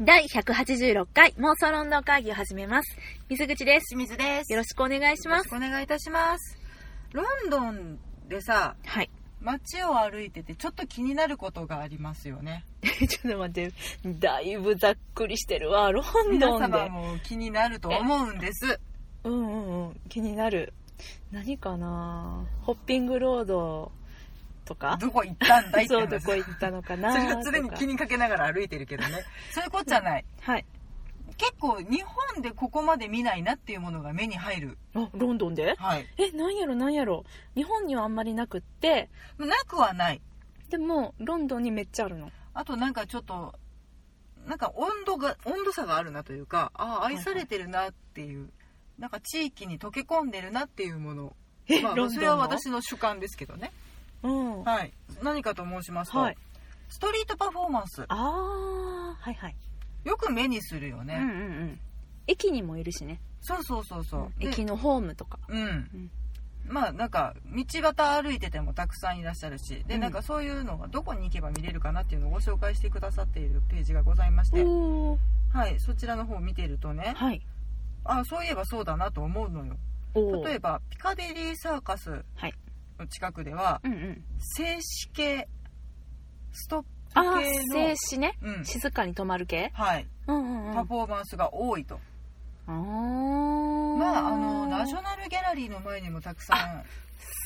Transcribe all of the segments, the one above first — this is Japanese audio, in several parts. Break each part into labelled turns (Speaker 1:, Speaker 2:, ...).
Speaker 1: 第186回妄想論の会議を始めます。水口です。
Speaker 2: 清水です。
Speaker 1: よろしくお願いします。
Speaker 2: よろしくお願いいたします。ロンドンでさ、
Speaker 1: はい。
Speaker 2: 街を歩いててちょっと気になることがありますよね。
Speaker 1: ちょっと待って、だいぶざっくりしてるわ。ロン
Speaker 2: 皆
Speaker 1: ドン
Speaker 2: 様
Speaker 1: で。
Speaker 2: も気になると思うんです。
Speaker 1: うんうんうん。気になる。何かなホッピングロードとか
Speaker 2: どこ行ったんだいって
Speaker 1: そう、
Speaker 2: 話。
Speaker 1: どこ行ったのかな
Speaker 2: それは常に気
Speaker 1: に。
Speaker 2: にかけながら歩いてるけどね。そういうことじゃない。
Speaker 1: はい。
Speaker 2: 結構日本でここまで見ないなっていうものが目に入る。
Speaker 1: あ、ロンドンで
Speaker 2: はい。
Speaker 1: え、なんやろなんやろ日本にはあんまりなくって、
Speaker 2: なくはない。
Speaker 1: でも、ロンドンにめっちゃあるの。
Speaker 2: あとなんかちょっと、なんか温度が、温度差があるなというか、ああ、愛されてるなっていう、なんか地域に溶け込んでるなっていうもの。
Speaker 1: え
Speaker 2: ま
Speaker 1: ロンドン
Speaker 2: あ、
Speaker 1: の
Speaker 2: それは私の主観ですけどね。
Speaker 1: うん。は
Speaker 2: はい。何かと申しますと、
Speaker 1: い。
Speaker 2: ストリートパフォーマンス、
Speaker 1: あー、はいはい。
Speaker 2: よく目にするよね。
Speaker 1: うんうんうん駅にもいるしね
Speaker 2: そうそうそうそう。で
Speaker 1: 駅のホームとか
Speaker 2: うん。
Speaker 1: ん
Speaker 2: まあなんか道端歩いててもたくさんいらっしゃるしで、
Speaker 1: うん
Speaker 2: なんかそういうのがどこに行けば見れるかなっていうのをご紹介してくださっているページがございまして、
Speaker 1: お
Speaker 2: はい、そちらの方を見ているとね、
Speaker 1: はい
Speaker 2: あそういえばそうだなと思うのよ
Speaker 1: お
Speaker 2: 例え
Speaker 1: ば
Speaker 2: ばピカデリーサーカス
Speaker 1: はい
Speaker 2: の近くでは、
Speaker 1: うんうん
Speaker 2: 静止系ストッ
Speaker 1: あ
Speaker 2: プ
Speaker 1: ー
Speaker 2: 系の
Speaker 1: 静止ね
Speaker 2: うん
Speaker 1: 静かに止まる系
Speaker 2: はい、
Speaker 1: うんうんうん
Speaker 2: パフォーマンスが多いと、
Speaker 1: あ
Speaker 2: まああのナシ
Speaker 1: ョ
Speaker 2: ョナルギャラリーの前にもたくさん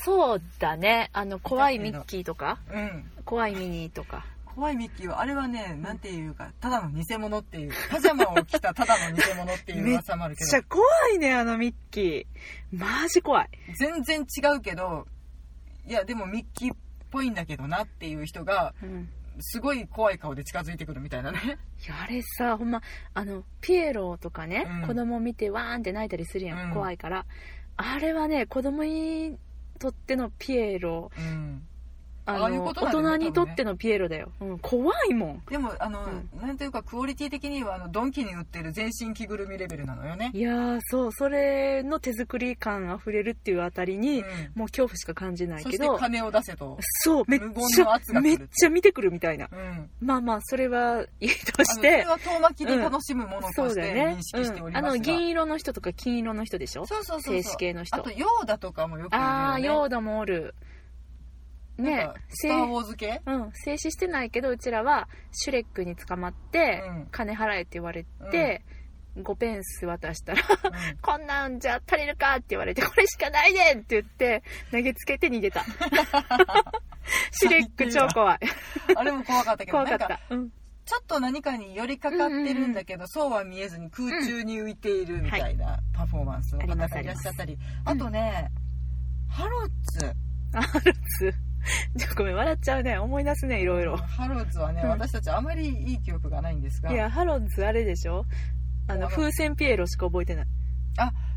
Speaker 1: そうだねあの怖いミッキーとか
Speaker 2: うん
Speaker 1: 怖いミニーとか
Speaker 2: 怖いミッキーはあれはね、なんていうかただの偽物っていうパジャマを着 たただの偽物っていう噂もあるけど
Speaker 1: 怖いねあのミッキーマジ怖い
Speaker 2: 全然違うけどいやでもミッキーっぽいんだけどなっていう人が
Speaker 1: うん
Speaker 2: すごい怖い顔で近づいてくるみたいなね
Speaker 1: いやあれさほんまあのピエロとかね、
Speaker 2: うん
Speaker 1: 子供見てワーンって泣いたりするやん、
Speaker 2: うん
Speaker 1: 怖いからあれはね子供にとってのピエロ
Speaker 2: うん
Speaker 1: あ
Speaker 2: ああいう
Speaker 1: の
Speaker 2: こと
Speaker 1: 大
Speaker 2: なんだね
Speaker 1: 人にとってのピエロだよ、うん、怖いもん
Speaker 2: でもあの、
Speaker 1: う
Speaker 2: なんというかクオリティ的にはあのドンキに売ってる全身着ぐるみレベルなのよね、
Speaker 1: いやーそうそれの手作り感あふれるっていうあたり
Speaker 2: う
Speaker 1: に、
Speaker 2: ん、
Speaker 1: もう恐怖しか感じない
Speaker 2: そ
Speaker 1: け
Speaker 2: して
Speaker 1: ど
Speaker 2: 金を出せと、
Speaker 1: そうめっ
Speaker 2: 無言
Speaker 1: ち
Speaker 2: の
Speaker 1: ゃ
Speaker 2: 圧が来
Speaker 1: め
Speaker 2: る
Speaker 1: っちゃ見てくるみたいな
Speaker 2: うん、あの
Speaker 1: まあまあそれはい いとし
Speaker 2: それ
Speaker 1: て
Speaker 2: は遠巻きで楽しむものと
Speaker 1: そう
Speaker 2: して
Speaker 1: だよね
Speaker 2: 認、識してお
Speaker 1: う
Speaker 2: り
Speaker 1: ん、あ
Speaker 2: ま
Speaker 1: の
Speaker 2: すが、
Speaker 1: 銀色の人とか金色の人でしょ
Speaker 2: そうそうそう
Speaker 1: 静
Speaker 2: そう
Speaker 1: 止系の人
Speaker 2: あとヨーダとかもよくいる
Speaker 1: ああ、ヨ
Speaker 2: よね
Speaker 1: ーダもおる。ね
Speaker 2: なんかス
Speaker 1: 静
Speaker 2: ター・ウォーズ系
Speaker 1: うん、静止してないけど、うちらは、シュレックに捕まって、
Speaker 2: うん
Speaker 1: 金払えって言われて、5ペンス渡したら、
Speaker 2: うん
Speaker 1: こんなんじゃ足りるかって言われて、これしかないでって言って、投げつけて逃 げた。シュレック超怖い。
Speaker 2: あれも怖かったけど
Speaker 1: 怖かっ
Speaker 2: なんか
Speaker 1: た。うん。
Speaker 2: ちょっと何かに寄りかかってるんだけど、そうは見えずに空中に浮いているみたいなパフォーマンスの方がいらっしゃったり,、
Speaker 1: あ
Speaker 2: あ
Speaker 1: ります
Speaker 2: とね、ハロッツ
Speaker 1: あるつ。 ちょごめん、笑っちゃうね。思い出すね、いろいろ。
Speaker 2: ハローズはね、
Speaker 1: うん
Speaker 2: 私たちあまりいい記憶がないんですが、
Speaker 1: いや、ハロンズあれでしょあの、
Speaker 2: あの
Speaker 1: 風船ピエロしか覚えてない。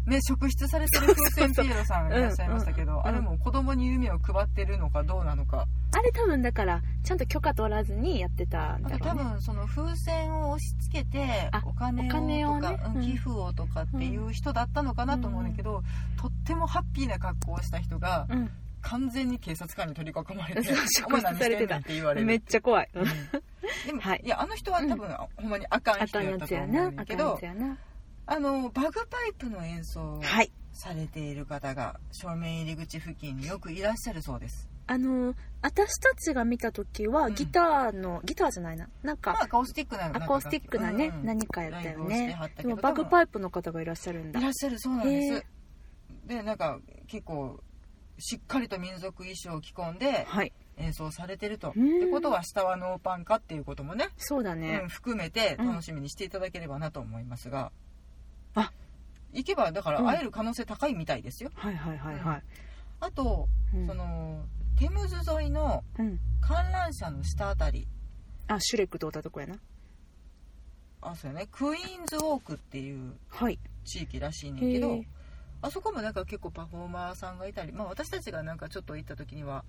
Speaker 2: ね、職質されてる風船ピエロさん
Speaker 1: そうそうそう
Speaker 2: いらっしゃいましたけど、
Speaker 1: うん
Speaker 2: あれも子供に夢を配ってるのかどうなのか、
Speaker 1: あれ多分だから、ちゃんと許可取らずにやってたん
Speaker 2: あ
Speaker 1: だ
Speaker 2: と
Speaker 1: ろ
Speaker 2: 多
Speaker 1: うね。
Speaker 2: 分その風船を押し付けて
Speaker 1: あ
Speaker 2: お金をとか
Speaker 1: お金をね
Speaker 2: うん
Speaker 1: うん
Speaker 2: 寄付をとかっていう人だったのかなと思うんだけど、とってもハッピーな格好をした人が
Speaker 1: うん。
Speaker 2: 完全に警察官に取り囲 まれて
Speaker 1: そう
Speaker 2: 「お前
Speaker 1: 職質
Speaker 2: 何
Speaker 1: され
Speaker 2: して
Speaker 1: て
Speaker 2: ん
Speaker 1: た
Speaker 2: だ」って言われる
Speaker 1: めっちゃ怖い。
Speaker 2: うんでも、
Speaker 1: はい
Speaker 2: い、やあの人は多分、ほんまにあかん
Speaker 1: あか
Speaker 2: 人
Speaker 1: ん
Speaker 2: や
Speaker 1: や
Speaker 2: った
Speaker 1: つ
Speaker 2: と
Speaker 1: や
Speaker 2: 思
Speaker 1: な。
Speaker 2: うんだ
Speaker 1: あ
Speaker 2: け
Speaker 1: かんや
Speaker 2: ど
Speaker 1: つやな。
Speaker 2: あのバグパイプの演奏を
Speaker 1: はい。
Speaker 2: されている方が正面入り口付近によくいらっしゃるそうです
Speaker 1: あの、私たちが見た時は、
Speaker 2: うん
Speaker 1: ギターの、ギターじゃないな。なん
Speaker 2: まあ
Speaker 1: か、
Speaker 2: アコースティックな
Speaker 1: アコースティックなね、
Speaker 2: うん
Speaker 1: 何かやったよ
Speaker 2: ライブをして
Speaker 1: ね
Speaker 2: はった。け
Speaker 1: でも、
Speaker 2: ど
Speaker 1: バグパイプの方がいらっしゃるんだ
Speaker 2: い。らっしゃるそうなんです
Speaker 1: へ
Speaker 2: でなんか結構しっかりと民族衣装を着込んで
Speaker 1: はい。
Speaker 2: 演奏されてるとっ
Speaker 1: うん
Speaker 2: てことは下はノーパンかっていうこともね
Speaker 1: そうだ
Speaker 2: う
Speaker 1: ね
Speaker 2: ん。含めて楽しみにしていただければなと思いますが、
Speaker 1: うんあ
Speaker 2: 行けばだか
Speaker 1: う
Speaker 2: ら
Speaker 1: ん
Speaker 2: 会える可能性高いみたいですよ、
Speaker 1: はいはいはいはい。
Speaker 2: あと、
Speaker 1: うん
Speaker 2: そのテムズ沿いの
Speaker 1: うん。
Speaker 2: 観覧車の下あたり
Speaker 1: あ、シュレックと歌ったとこやな。
Speaker 2: あそうやねクイーンズウォークっていう
Speaker 1: はい。
Speaker 2: 地域らしいねんけ
Speaker 1: へ
Speaker 2: ど
Speaker 1: え
Speaker 2: あそこもなんか結構パフォーマーさんがいたり、まあ、私たちがなんかちょっと行った時には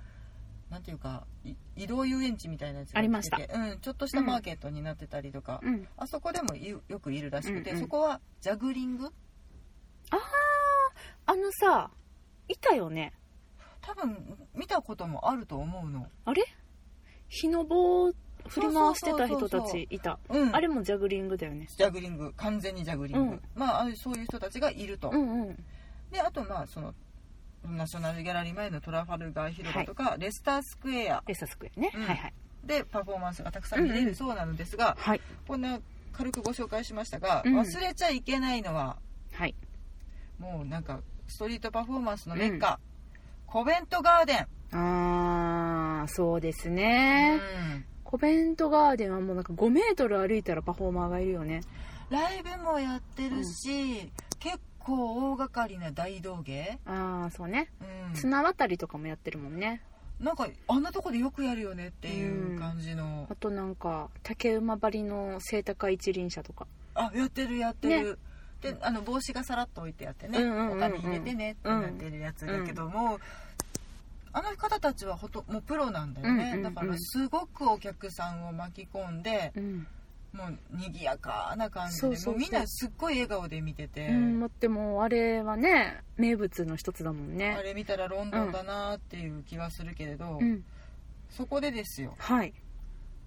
Speaker 2: なんていうかい移動遊園地みたいなやつが
Speaker 1: ありました
Speaker 2: 出ててうん、ちょっとしたマーケットになってたりとか、
Speaker 1: うん。
Speaker 2: あそこでもいよくいるらしくて、
Speaker 1: うんうん
Speaker 2: そこはジャグリング
Speaker 1: あのさ、いたよね。
Speaker 2: 多分見たこともあると思うの
Speaker 1: あれ日の棒、振り回してた人たちいた
Speaker 2: うん、
Speaker 1: あれもジャグリングだよね
Speaker 2: ジャグリング完全にジャグリング、
Speaker 1: うん
Speaker 2: まあああいうそういう人たちがいると、
Speaker 1: うんうん
Speaker 2: であとまあそのナショナルギャラリー前のトラファルガー広場とか、レスタースクエア
Speaker 1: レサスクエね、
Speaker 2: うん
Speaker 1: はいはい
Speaker 2: でパフォーマンスがたくさん見れるそうなのですが、
Speaker 1: はい
Speaker 2: こんな軽くご紹介しましたが、
Speaker 1: うん
Speaker 2: 忘れちゃいけないのは
Speaker 1: はい
Speaker 2: もうなんかストリートパフォーマンスのメッカ、コベントガーデン、
Speaker 1: あーそうですね、
Speaker 2: うん
Speaker 1: コベントガーデンはもうなんか5メートル歩いたらパフォーマーがいるよね
Speaker 2: ライブもやってるし、結構大掛かりな大道芸、
Speaker 1: ああそうね
Speaker 2: うん
Speaker 1: 綱渡りとかもやってるもんね
Speaker 2: なんかあんなとこでよくやるよねっていう感じの、
Speaker 1: あとなんか竹馬張りの背高一輪車とか
Speaker 2: あやってるやってる、であの帽子がさらっと置いてあってね、
Speaker 1: うんうんうんうん
Speaker 2: お金入れてねってなってるやつだけども、あの方たちはほともうプロなんだよね、
Speaker 1: うんうんうん
Speaker 2: だからすごくお客さんを巻き込んで
Speaker 1: うん、
Speaker 2: もう賑やかな感じで
Speaker 1: そうそうそう
Speaker 2: もうみんなすっごい笑顔で見てて、
Speaker 1: うん、待ってもうあれはね名物の一つだもん
Speaker 2: あ
Speaker 1: ね
Speaker 2: れ見たらロンドンだなっていう気はするけれど、
Speaker 1: うん
Speaker 2: そこでですよ
Speaker 1: はい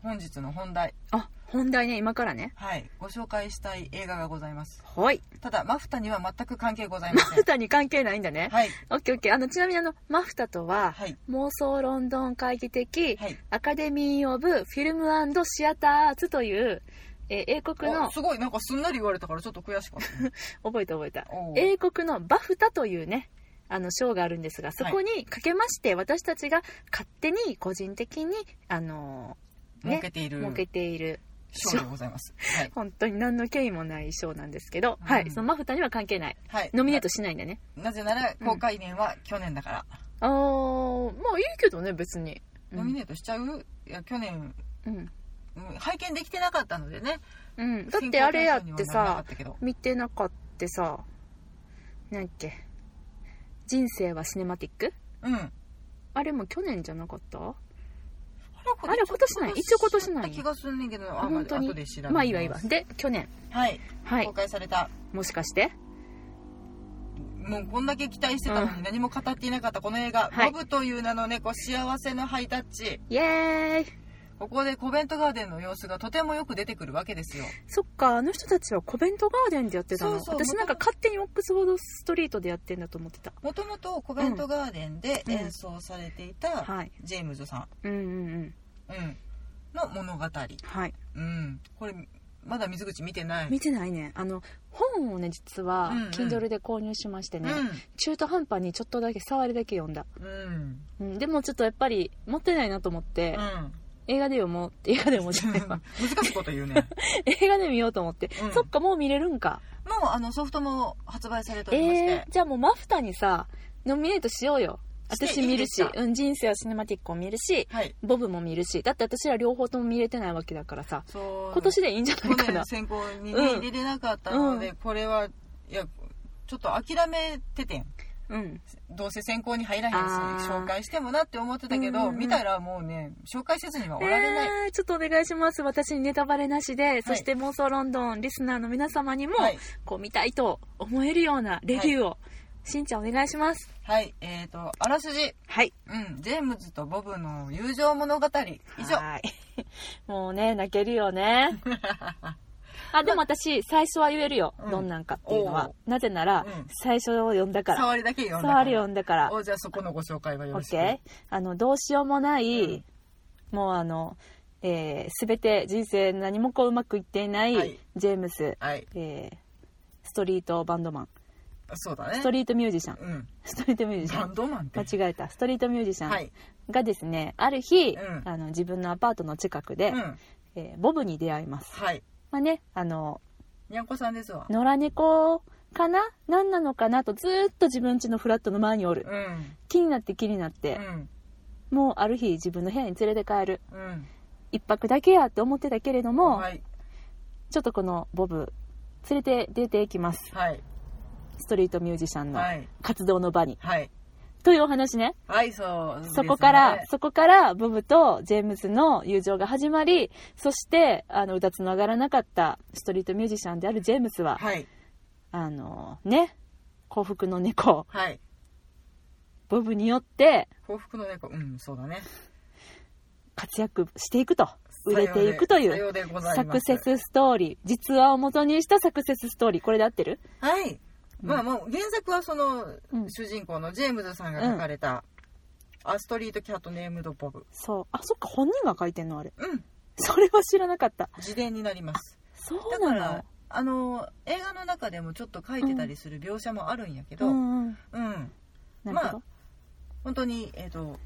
Speaker 2: 本日の本題
Speaker 1: あ本題ね今からね
Speaker 2: はいご紹介したい映画がございます
Speaker 1: はい
Speaker 2: ただマフタには全く関係ございま
Speaker 1: マ
Speaker 2: せん
Speaker 1: フタに関係ないんだ ね、
Speaker 2: はい
Speaker 1: オッケーオッケーあのちなみにあのマフタとは
Speaker 2: はい
Speaker 1: 妄想ロンドン会議的
Speaker 2: はい
Speaker 1: アカデミー・オブ・フィルムシアター・アーツという、えー英国の
Speaker 2: あすごいなんかすんなり言われたからちょっと悔しかったね
Speaker 1: 覚えた覚えた
Speaker 2: おう
Speaker 1: 英国のバフタというねあの賞があるんですがそこにかけまして私たちが勝手に個人的にあのー
Speaker 2: 儲
Speaker 1: ね
Speaker 2: けている
Speaker 1: 設けている
Speaker 2: 賞でございます はい、
Speaker 1: 本当に何の権威もない賞なんですけど、
Speaker 2: うん
Speaker 1: はいそのマフタには関係ない
Speaker 2: はい、
Speaker 1: ノミネートしないんだね
Speaker 2: ななぜなら公開年は去年だから、
Speaker 1: あーまあいいけどね別にう
Speaker 2: ノミ
Speaker 1: ん、
Speaker 2: ネートしちゃういや去年
Speaker 1: うん
Speaker 2: うん拝見できてなかったのでね
Speaker 1: うん、だってあれやってさ
Speaker 2: 選考対象にはならなかったけど
Speaker 1: 見てなかったさなんやっけ人生はシネマティック
Speaker 2: うんあれ
Speaker 1: あれも去年じゃなかった
Speaker 2: これ
Speaker 1: あれ今年ない一応今年ない
Speaker 2: だった気がすんねんけどあまあ
Speaker 1: 本当に
Speaker 2: 後で調べ
Speaker 1: まあいいわいいわ
Speaker 2: ます
Speaker 1: で去年
Speaker 2: はい、
Speaker 1: はい
Speaker 2: 公開された
Speaker 1: もしかして
Speaker 2: もうこんだけ期待してたの
Speaker 1: う
Speaker 2: に何も語っていなかったこの映画「
Speaker 1: はい
Speaker 2: モブという名の猫幸せのハイタッチ
Speaker 1: イエーイ」
Speaker 2: ここでコベントガーデンの様子がとてもよく出てくるわけですよ
Speaker 1: そっかあの人たちはコベントガーデンでやってたの
Speaker 2: そうそう
Speaker 1: 私なんか勝手にオックスフォードストリートでやってんだと思ってた
Speaker 2: もともとコベントガーデンで
Speaker 1: うん
Speaker 2: 演奏されていた
Speaker 1: はい
Speaker 2: ジェームズさ
Speaker 1: うんうんうん
Speaker 2: ん、うん、の物語、
Speaker 1: はい
Speaker 2: うん、これまだ水口見てない、
Speaker 1: 見てないねあの本をね実は
Speaker 2: うんうん
Speaker 1: Kindle で購入しましてね、中途半端にちょっとだけ触りだけ読んだ、
Speaker 2: うんうん
Speaker 1: うん、でもちょっとやっぱり持ってないなと思って、映画で読もう映画で読もうじゃないわ
Speaker 2: 難しいこと言う ね
Speaker 1: 映画で見ようと思って、
Speaker 2: うん
Speaker 1: そっかもう見れるんか
Speaker 2: もうあのソフトも発売されておりまして、
Speaker 1: えー、じゃあもうマフタにさノミネートしようよ
Speaker 2: して
Speaker 1: 私見るし
Speaker 2: いいですか
Speaker 1: うん、人生はシネマティックを見るし
Speaker 2: はい
Speaker 1: ボブも見るしだって私ら両方とも見れてないわけだからさ
Speaker 2: そう
Speaker 1: 今年でいいんじゃないか
Speaker 2: 去年
Speaker 1: な
Speaker 2: の選考にね、
Speaker 1: うん
Speaker 2: 入れれなかったので、
Speaker 1: う
Speaker 2: これはいやちょっと諦めててん
Speaker 1: うん
Speaker 2: どうせ選考に入らへんし
Speaker 1: あー
Speaker 2: 紹介してもなって思ってたけど、
Speaker 1: うんうんうん
Speaker 2: 見たらもうね紹介せずにはおられない、
Speaker 1: えーちょっとお願いします私にネタバレなしで、そして妄想ロンドンリスナーの皆様にも、
Speaker 2: はい
Speaker 1: こう見たいと思えるようなレビューを、しんちゃんお願いします
Speaker 2: はいえっ、とあらすじ
Speaker 1: はい
Speaker 2: うんジェームズとボブの友情物語以上
Speaker 1: はーいもうね泣けるよね あでも私最初は言えるよ、
Speaker 2: うん
Speaker 1: どんなんかっていうのは
Speaker 2: お
Speaker 1: なぜなら、
Speaker 2: うん
Speaker 1: 最初を読んだから
Speaker 2: 触りだけ読んだ
Speaker 1: 触る読んだから
Speaker 2: おじゃあそこのご紹介はよ
Speaker 1: オ
Speaker 2: ろ
Speaker 1: ッ
Speaker 2: しく、
Speaker 1: ケーあのどうしようもない、
Speaker 2: うん
Speaker 1: もうあの、えー、全て人生何もこううまくいっていない、
Speaker 2: はい
Speaker 1: ジェームス、
Speaker 2: はい
Speaker 1: えーストリートバンドマン
Speaker 2: そうだね
Speaker 1: ストリートミュージシャン
Speaker 2: うん
Speaker 1: ストリートミュージシ
Speaker 2: バ
Speaker 1: ャ
Speaker 2: ン
Speaker 1: ン
Speaker 2: ドマンって
Speaker 1: 間違えたストリートミュージシ
Speaker 2: は
Speaker 1: ャン
Speaker 2: い
Speaker 1: がですね、ある日、
Speaker 2: うん
Speaker 1: あの自分のアパートの近くで、
Speaker 2: うん
Speaker 1: えーボブに出会います、
Speaker 2: はい
Speaker 1: まあね、あの
Speaker 2: にゃんこさんですわ
Speaker 1: 野良猫かな何なのかなとずーっと自分家のフラットの前におる
Speaker 2: うん
Speaker 1: 気になって気になって
Speaker 2: う、ん
Speaker 1: もうある日自分の部屋に連れて帰る
Speaker 2: うん
Speaker 1: 一泊だけやって思ってたけれども、
Speaker 2: はい
Speaker 1: ちょっとこのボブ連れて出ていきます
Speaker 2: はい
Speaker 1: ストリートミュージシャンの
Speaker 2: はい
Speaker 1: 活動の場に、
Speaker 2: はい
Speaker 1: というお話ね
Speaker 2: はいそうですね
Speaker 1: そこから、そこからボブとジェームズの友情が始まりそしてあのうだつの上がらなかったストリートミュージシャンであるジェームズは、
Speaker 2: はい
Speaker 1: あのね幸福の猫
Speaker 2: はい
Speaker 1: ボブによって
Speaker 2: 幸福の猫うんそうだね
Speaker 1: 活躍していくと売れていくとい
Speaker 2: さよ
Speaker 1: う
Speaker 2: うでござ
Speaker 1: サ
Speaker 2: いま
Speaker 1: ク
Speaker 2: す
Speaker 1: セスストーリー実話を元にしたサクセスストーリーこれで合ってる
Speaker 2: はい、
Speaker 1: うん
Speaker 2: まあもう原作はその
Speaker 1: うん
Speaker 2: 主人公のジェームズさんが書かれた「アストリート・キャット・ネームド・ボブ
Speaker 1: そうあそっか本人が書いてんのあれ」
Speaker 2: うん
Speaker 1: それは知らなかった
Speaker 2: 自伝になります
Speaker 1: そう
Speaker 2: だか
Speaker 1: な
Speaker 2: らあの映画の中でもちょっと書いてたりする描写もあるんやけ
Speaker 1: の
Speaker 2: ど、
Speaker 1: う
Speaker 2: うん
Speaker 1: うんなるほど、
Speaker 2: ま本当にえっ、と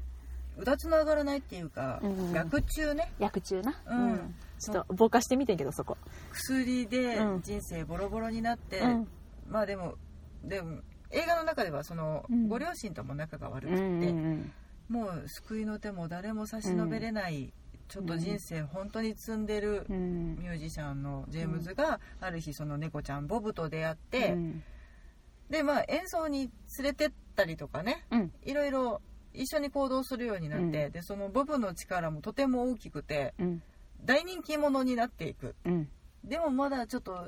Speaker 2: うだつの上がらないっていうか、
Speaker 1: うん
Speaker 2: 役中ね
Speaker 1: 薬中な、
Speaker 2: うん
Speaker 1: ちょっと防火してみてんけどそこ、
Speaker 2: 薬で
Speaker 1: うん
Speaker 2: 人生ボロボロになって、
Speaker 1: うん
Speaker 2: まあでもでも映画の中ではその、
Speaker 1: うん
Speaker 2: ご両親とも仲が悪く
Speaker 1: う
Speaker 2: っ
Speaker 1: ん
Speaker 2: て、
Speaker 1: うん
Speaker 2: もう救いの手も誰も差し伸べれない、ちょっと人生本当に積んでる
Speaker 1: うんうん
Speaker 2: ミュージシャンのジェームズがある日その猫ちゃんボブと出会って、
Speaker 1: うん
Speaker 2: でまあ演奏に連れてったりとかね
Speaker 1: うん
Speaker 2: いろいろ一緒に行動するようになって、でそのボブの力もとても大きくて
Speaker 1: うん
Speaker 2: 大人気者になっていく
Speaker 1: うん
Speaker 2: でもまだちょっと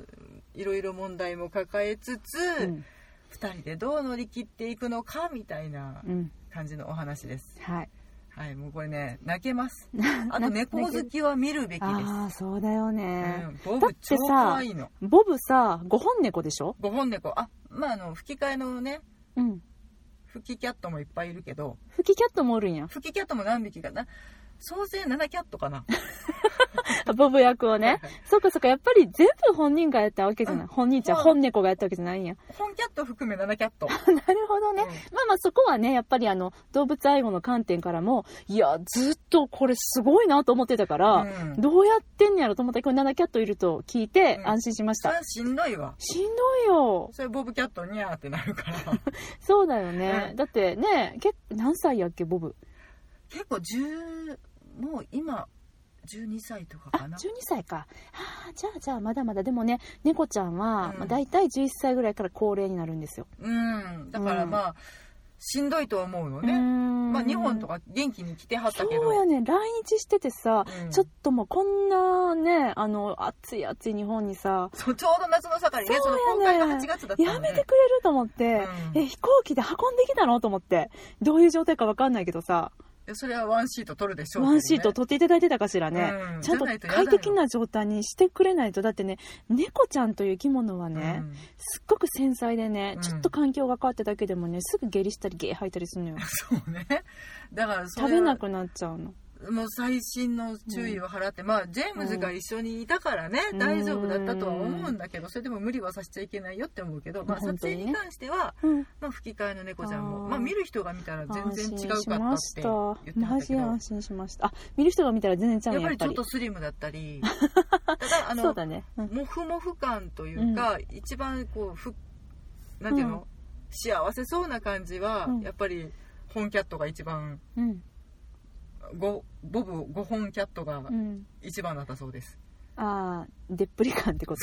Speaker 2: いろいろ問題も抱えつつ、
Speaker 1: うん
Speaker 2: 2人でどう乗り切っていくのかみたいな
Speaker 1: うん
Speaker 2: 感じのお話です、
Speaker 1: はい
Speaker 2: はいもうこれね泣け ますあと猫好きは見るべきです、
Speaker 1: ああそうだよ
Speaker 2: う
Speaker 1: ね、
Speaker 2: んボ
Speaker 1: だっ
Speaker 2: ブ
Speaker 1: てさ
Speaker 2: 超可愛いの
Speaker 1: ボブさ5本猫でしょ
Speaker 2: 5本猫あまああの吹き替えのね
Speaker 1: うん
Speaker 2: 吹きキャットもいっぱいいるけど
Speaker 1: 吹きキャットもおるんや
Speaker 2: 吹きキャットも何匹かな総勢7キャットかな
Speaker 1: ボブ役をねそっかそっかやっぱり全部本人がやったわけじゃない、
Speaker 2: うん
Speaker 1: 本人ちゃん
Speaker 2: そう
Speaker 1: 本猫がやったわけじゃないんや
Speaker 2: 本キャット含め7キャット、
Speaker 1: なるほどね、まあまあそこはねやっぱりあの動物愛護の観点からもいやずっとこれすごいなと思ってたから、
Speaker 2: うん
Speaker 1: どうやってんねやろと思ったけど7キャットいると聞いて
Speaker 2: うん
Speaker 1: 安心しまし
Speaker 2: そ
Speaker 1: た、
Speaker 2: れはしんどいわ
Speaker 1: しんどいよ
Speaker 2: それボブキャットにゃーってなるから
Speaker 1: そうだよね、
Speaker 2: うん
Speaker 1: だってねけ何歳やっけボブ
Speaker 2: 結構10もう今12歳とか
Speaker 1: あ
Speaker 2: かな
Speaker 1: 12歳かあーじゃあじゃあまだまだでもね猫ちゃんは、
Speaker 2: うん
Speaker 1: まあ、大体11歳ぐらいから高齢になるんですよ、
Speaker 2: うんだからまあ、しんどいとは思うのね、ま
Speaker 1: ま
Speaker 2: あ、日本とか元気に来てはったけど
Speaker 1: そうやね来日しててさ、
Speaker 2: うん
Speaker 1: ちょっともうこんなねあの暑い暑い日本にさ
Speaker 2: そうちょうど夏の盛りねそ
Speaker 1: そう
Speaker 2: の公
Speaker 1: やね
Speaker 2: 開が8月だったのね
Speaker 1: やめてくれると思って、
Speaker 2: うん
Speaker 1: え飛行機で運んできたのと思ってどういう状態かわかんないけどさ
Speaker 2: でそれはワンシート取るでしょうけど
Speaker 1: ワ
Speaker 2: ね
Speaker 1: ンシート取っていただいてたかしらね、
Speaker 2: うん
Speaker 1: ちゃんと
Speaker 2: じゃないとやだ
Speaker 1: 快
Speaker 2: よ
Speaker 1: 適な状態にしてくれないとだってね猫ちゃんという生き物はね、
Speaker 2: うん
Speaker 1: すっごく繊細でね、
Speaker 2: うん
Speaker 1: ちょっと環境が変わっただけでもねすぐ下痢したりゲー吐いたりするのよ
Speaker 2: そうねだからそれ
Speaker 1: 食べなくなっちゃうの
Speaker 2: もう最新の注意を払って、まあジェームズが一緒にいたからね、
Speaker 1: うん
Speaker 2: 大丈夫だったとは思うんだけどそれでも無理はさせちゃいけないよって思うけど、まあ、撮
Speaker 1: 本当に
Speaker 2: 影
Speaker 1: ね
Speaker 2: に関しては、
Speaker 1: うん
Speaker 2: まあ、吹き替えの猫ちゃん
Speaker 1: あ
Speaker 2: も
Speaker 1: ー
Speaker 2: まあ、見る人が見たら全然違うかった
Speaker 1: 安心
Speaker 2: って
Speaker 1: し
Speaker 2: 言
Speaker 1: ま
Speaker 2: っ
Speaker 1: してた
Speaker 2: は
Speaker 1: マ
Speaker 2: ったけ
Speaker 1: ジ
Speaker 2: ど
Speaker 1: 安心しましたあ見る人が見たら全然ちゃう
Speaker 2: や
Speaker 1: ねや
Speaker 2: っぱ
Speaker 1: っ
Speaker 2: り
Speaker 1: ぱ
Speaker 2: ちょっ
Speaker 1: り
Speaker 2: とスリムだったり ただあ
Speaker 1: そ
Speaker 2: の
Speaker 1: うだね、うん
Speaker 2: モフモフ感というか、一番こうふなんていうの、
Speaker 1: うん
Speaker 2: 幸せそうな感じは、
Speaker 1: うん
Speaker 2: やっぱり本キャットが一番
Speaker 1: うん
Speaker 2: ごボブ5本キャットが
Speaker 1: うん、
Speaker 2: 一番だったそうです、
Speaker 1: ああでっぷり感ってこと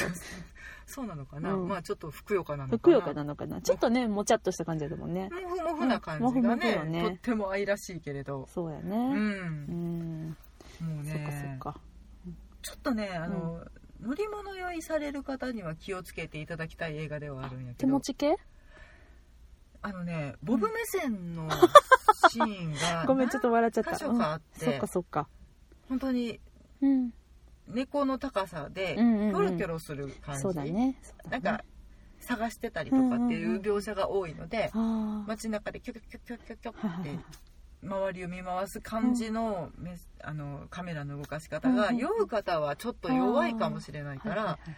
Speaker 2: そうなのかな、
Speaker 1: うん
Speaker 2: まあちょっとふくよかなの
Speaker 1: ふ
Speaker 2: か
Speaker 1: く
Speaker 2: な
Speaker 1: よかなのかなちょっとねもちゃっとした感じだもんね
Speaker 2: モフモフな感じがね,、
Speaker 1: うんモフモフよね
Speaker 2: とっても愛らしいけれど
Speaker 1: そうや
Speaker 2: う
Speaker 1: ねうんん、
Speaker 2: もう
Speaker 1: そっかそっ
Speaker 2: ね
Speaker 1: か
Speaker 2: ちょっとねあの、乗り物酔いされる方には気をつけていただきたい映画ではあるんやけ
Speaker 1: 手
Speaker 2: ど
Speaker 1: 持ち系
Speaker 2: あのねボブ目線のシーン が
Speaker 1: ごめんちょっと笑っちゃった、
Speaker 2: 何箇
Speaker 1: う
Speaker 2: 所
Speaker 1: ん
Speaker 2: かあっ、
Speaker 1: そってかそっか
Speaker 2: 本当に
Speaker 1: うん
Speaker 2: 猫の高さでキ
Speaker 1: うんうんうん
Speaker 2: ョロキョロする感じ、
Speaker 1: そうだねそう
Speaker 2: な
Speaker 1: だ
Speaker 2: ん
Speaker 1: ね
Speaker 2: か探してたりとかってい
Speaker 1: んうんう
Speaker 2: うんう描写が多いので、
Speaker 1: ああ
Speaker 2: 街中でキョキョキョキョキョキョ
Speaker 1: はいは
Speaker 2: っ
Speaker 1: いは
Speaker 2: て
Speaker 1: い
Speaker 2: 周りを見回す感じの,、めあのカメラの動かし方が、
Speaker 1: うんうんうん
Speaker 2: 酔う方はちょっと弱いかもしれないから、
Speaker 1: はいはいはい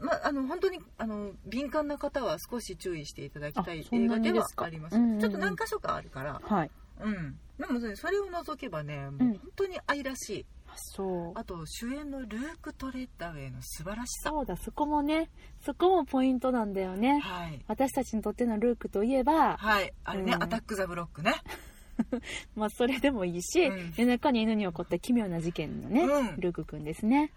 Speaker 2: まあ、あの本当にあの敏感な方は少し注意していただきたい
Speaker 1: あそん
Speaker 2: 映
Speaker 1: な
Speaker 2: 画
Speaker 1: に
Speaker 2: で
Speaker 1: で
Speaker 2: は
Speaker 1: すか
Speaker 2: あります、
Speaker 1: うんうんうん
Speaker 2: ちょっと何箇所かあるから、
Speaker 1: はい。
Speaker 2: うん、でもねそれを除けばねもう
Speaker 1: うん
Speaker 2: 本当に愛らしい、
Speaker 1: あそう。
Speaker 2: あと主演のルーク・トレッダウェイの素晴らしさ、
Speaker 1: そうだ、そこもね、そこもポイントなんだよね。
Speaker 2: はい
Speaker 1: 私たちにとってのルークといえば、
Speaker 2: はいあれね、
Speaker 1: うん
Speaker 2: アタック・ザ・ブロックね
Speaker 1: まあそれでもいいし、
Speaker 2: うん
Speaker 1: 夜中に犬に起こった奇妙な事件のね、
Speaker 2: うん
Speaker 1: ルークくんですね。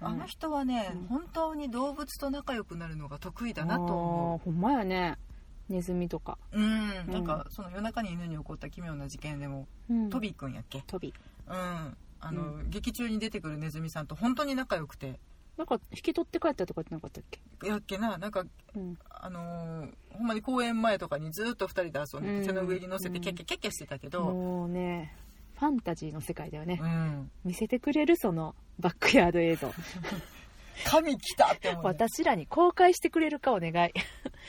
Speaker 2: あの人はね、
Speaker 1: うん
Speaker 2: 本当に動物と仲良くなるのが得意
Speaker 1: だ
Speaker 2: だなと思
Speaker 1: ほ
Speaker 2: う
Speaker 1: んまやね。ネズミとか。
Speaker 2: うん、なんかその夜中に犬に起こった奇妙な事件でも、
Speaker 1: うん
Speaker 2: ト。ビーくんやっけ
Speaker 1: 飛び。
Speaker 2: うんあの、劇中に出てくるネズミさんと本当に仲良くて
Speaker 1: なんか引き取って帰ったとかってなかったっけ
Speaker 2: やっけななんか
Speaker 1: うん。
Speaker 2: あのーほんまに公演前とかにずっと2人で遊んでて、
Speaker 1: うん
Speaker 2: 手の上に乗せて
Speaker 1: うん
Speaker 2: キャッキャッキャッキャしてたけど、
Speaker 1: もうね、ファンタジーの世界だよね、
Speaker 2: うん、
Speaker 1: 見せてくれるそのバックヤード映像
Speaker 2: 神来たって思う、ね、
Speaker 1: 私らに公開してくれるかお願い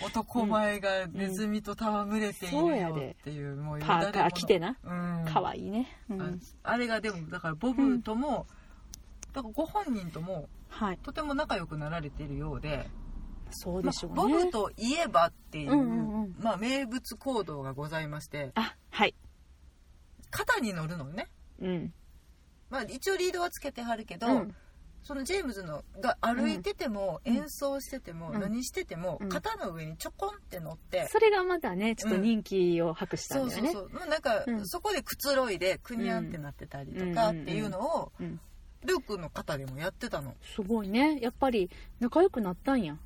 Speaker 2: 男前がネズミと戯れているよっていう、もうよだれもの
Speaker 1: パーカー着てな
Speaker 2: うん、
Speaker 1: 可愛、いいね、うん
Speaker 2: ああれがでもだからボブとも、だからご本人とも
Speaker 1: はい
Speaker 2: とても仲良くなられているようで
Speaker 1: そうで
Speaker 2: ま
Speaker 1: しょうね、
Speaker 2: あボブといえばっていう,、
Speaker 1: うんうんうん
Speaker 2: まあ、名物行動がございまして
Speaker 1: あはい
Speaker 2: 肩に乗るのね、
Speaker 1: うん
Speaker 2: まあ、一応リードはつけてはるけど、
Speaker 1: うん
Speaker 2: そのジェームズのが歩いてても、
Speaker 1: うん
Speaker 2: 演奏してても、
Speaker 1: うん
Speaker 2: 何してても、
Speaker 1: うん
Speaker 2: 肩の上にちょこんって乗って、
Speaker 1: それがまたねちょっと人気を博した
Speaker 2: そ
Speaker 1: ん
Speaker 2: う
Speaker 1: だよね、
Speaker 2: そうそう、まあ、なんか、
Speaker 1: うん
Speaker 2: そこでくつろいでくにゃんってなってたりとかっていうのを、
Speaker 1: うん、
Speaker 2: ルークの肩でもやってたの
Speaker 1: すごいねやっぱり仲良くなったんや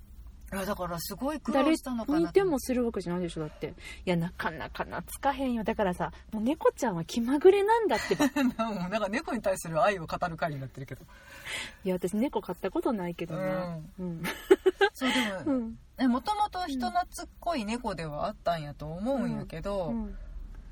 Speaker 2: いやだからすごい苦
Speaker 1: 誰
Speaker 2: 労したのかな
Speaker 1: にでもするわけじゃないでしょだっていやなかなか懐かへんよだからさもう猫ちゃんは気まぐれなんだって ばい
Speaker 2: なんかもうなんか猫に対する愛を語る回になってるけど
Speaker 1: や私猫飼ったことないけどなうん
Speaker 2: そう
Speaker 1: う
Speaker 2: でも
Speaker 1: ん
Speaker 2: ねもともと人懐っこい猫ではあったんやと思うんやけど、
Speaker 1: うん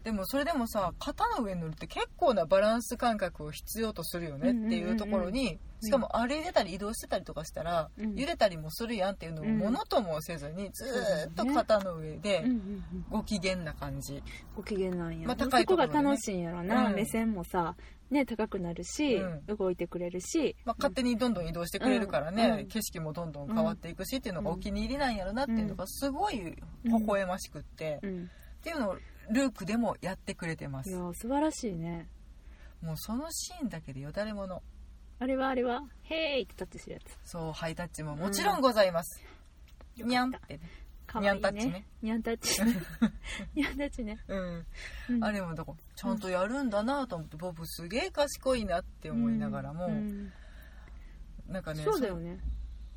Speaker 2: でもそれでもさ肩の上に乗るって結構なバランス感覚を必要とするよねっていうところに、しかも歩いてたり移動してたりとかしたら、
Speaker 1: うん
Speaker 2: 揺れたりもするやんっていうのを
Speaker 1: うん
Speaker 2: ものともせずにずーっ
Speaker 1: そうだ
Speaker 2: と
Speaker 1: ね
Speaker 2: 肩の上で
Speaker 1: うんうんうん
Speaker 2: ご機嫌な感じ、
Speaker 1: ご機嫌なんや、
Speaker 2: まあ
Speaker 1: そ
Speaker 2: 高いと
Speaker 1: こが
Speaker 2: ころでね
Speaker 1: 楽しいんやろな、
Speaker 2: うん
Speaker 1: 目線もさね高くなるし、
Speaker 2: うん
Speaker 1: 動いてくれるし、
Speaker 2: まあ、勝手にどんどん移動してくれるからね、
Speaker 1: うん
Speaker 2: 景色もどんどん変わっていくしっていうのが
Speaker 1: うん
Speaker 2: お気に入りなんやろなっていうのがすごい微笑ましくって、
Speaker 1: う
Speaker 2: っ
Speaker 1: ん、
Speaker 2: ていうのをルークでもやってくれてま
Speaker 1: い
Speaker 2: す
Speaker 1: や素晴らしいね
Speaker 2: もうそのシーンだけでよだれもの
Speaker 1: あれはあれは「へーい!」ってタッチするやつ
Speaker 2: そうハイタッチももちろんございます、
Speaker 1: うん
Speaker 2: にゃんってね
Speaker 1: かわいい
Speaker 2: ニャンタッチ
Speaker 1: ね
Speaker 2: ね
Speaker 1: ニャンタッチ ニャンタッチね、
Speaker 2: うん、
Speaker 1: うん
Speaker 2: あれもだからちゃんとやるんだなと思ってボブすげえ賢いなって思いながらも、
Speaker 1: うんうん
Speaker 2: なんかね
Speaker 1: そうだよね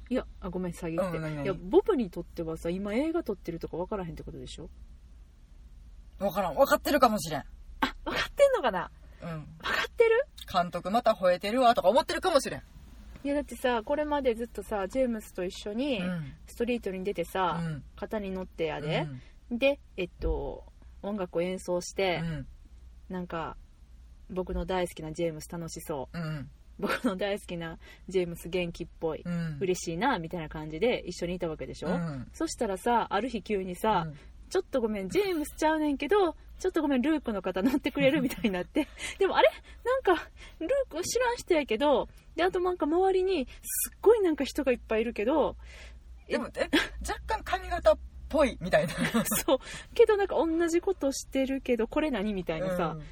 Speaker 1: いやあごめん下げて、
Speaker 2: うん何々
Speaker 1: いやボブにとってはさ今映画撮ってるとか分からへんってことでしょ
Speaker 2: 分からん分かってるかもしれん、
Speaker 1: 分かってんのかな
Speaker 2: うん、
Speaker 1: 分かってる
Speaker 2: 監督また吠えてるわとか思ってるかもしれん、
Speaker 1: いやだってさこれまでずっとさジェームスと一緒に
Speaker 2: うん
Speaker 1: ストリートに出てさ、
Speaker 2: うん
Speaker 1: 肩に乗ってや
Speaker 2: う
Speaker 1: で、
Speaker 2: ん
Speaker 1: でえっと音楽を演奏して
Speaker 2: う、ん
Speaker 1: なんか僕の大好きなジェームス楽しそう
Speaker 2: うん
Speaker 1: 僕の大好きなジェームス元気っぽい、
Speaker 2: うん
Speaker 1: 嬉しいなみたいな感じで一緒にいたわけでしょ、
Speaker 2: うん
Speaker 1: そしたらさある日急にさ、ちょっとごめんジェームスちゃうねんけどちょっとごめんルークの方乗ってくれるみたいになって でもあれなんかルーク知らん人やけどであとなんか周りにすっごいなんか人がいっぱいいるけ ど
Speaker 2: でもえ若干髪型っぽいみたいな
Speaker 1: そうけどなんか同じことしてるけどこれ何みたい なさ、
Speaker 2: うん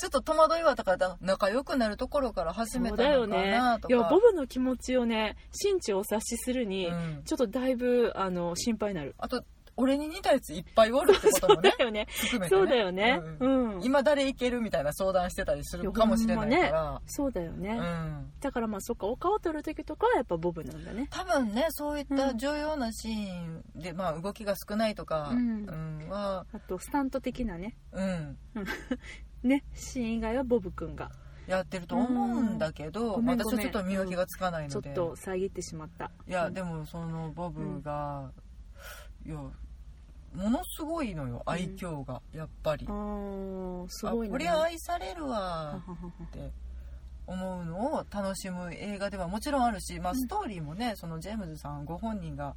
Speaker 2: ちょっと戸惑いはだから仲良くなるところから始め
Speaker 1: そう
Speaker 2: た
Speaker 1: だよ
Speaker 2: のか
Speaker 1: ね
Speaker 2: なと
Speaker 1: いや
Speaker 2: か
Speaker 1: ボブの気持ちをね心中お察しするに、
Speaker 2: うん
Speaker 1: ちょっとだいぶあの心配になる
Speaker 2: あと俺に似たやついっぱいおるってこ
Speaker 1: そ
Speaker 2: と
Speaker 1: う
Speaker 2: も
Speaker 1: だ
Speaker 2: ね
Speaker 1: よね
Speaker 2: 含めてね
Speaker 1: そうだよね
Speaker 2: う
Speaker 1: うんん、
Speaker 2: 今誰いけるみたいな相談してたりするかもしれないから、
Speaker 1: そうだよね、
Speaker 2: うん
Speaker 1: だからまあそっかお顔撮る時とかはやっぱボブなんだね
Speaker 2: 多分ねそういった重要なシーンで、まあ、動きが少ないとか、
Speaker 1: うん
Speaker 2: うんは、
Speaker 1: あとスタント的なね
Speaker 2: うん、
Speaker 1: ねシーン以外はボブくんが
Speaker 2: やってると思うんだけど、
Speaker 1: うんごめん
Speaker 2: 私
Speaker 1: ご
Speaker 2: は
Speaker 1: めん
Speaker 2: ちょっと見分けがつかない
Speaker 1: ちょ
Speaker 2: の
Speaker 1: っ
Speaker 2: で、
Speaker 1: と遮ってしまった
Speaker 2: いや、
Speaker 1: うん
Speaker 2: でもそのボブが、いやものすごいのよ愛嬌が、やっぱり
Speaker 1: あーすごい
Speaker 2: あ
Speaker 1: な
Speaker 2: これ愛される
Speaker 1: はは
Speaker 2: わ
Speaker 1: はは
Speaker 2: って思うのを楽しむ映画ではもちろんあるし、まあ、ストーリーもね、そのジェームズさんご本人が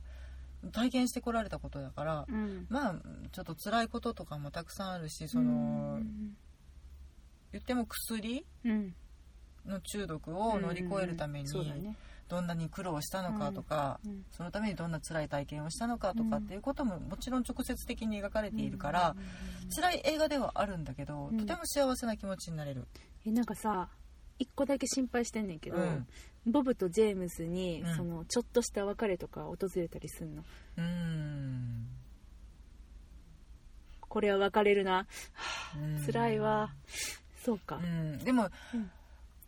Speaker 2: 体験してこられたことだから、
Speaker 1: うん
Speaker 2: まあちょっと辛いこととかもたくさんあるしその、
Speaker 1: うん
Speaker 2: 言っても薬
Speaker 1: うん
Speaker 2: の中毒を乗り越えるために
Speaker 1: そうだね
Speaker 2: どんなに苦労したのかとか、
Speaker 1: うん
Speaker 2: そのためにどんな辛い体験をしたのかとかっていうことももちろん直接的に描かれているから、辛い映画ではあるんだけど、
Speaker 1: うん
Speaker 2: とても幸せな気持ちになれる。
Speaker 1: えなんかさ一個だけ心配してんねんけど、
Speaker 2: うん
Speaker 1: ボブとジェームズに、
Speaker 2: うん
Speaker 1: そのちょっとした別れとか訪れたりすんの
Speaker 2: うーん
Speaker 1: これは別れるな
Speaker 2: うん
Speaker 1: 辛いわ、そうか、
Speaker 2: う
Speaker 1: い
Speaker 2: ん、でも、
Speaker 1: うん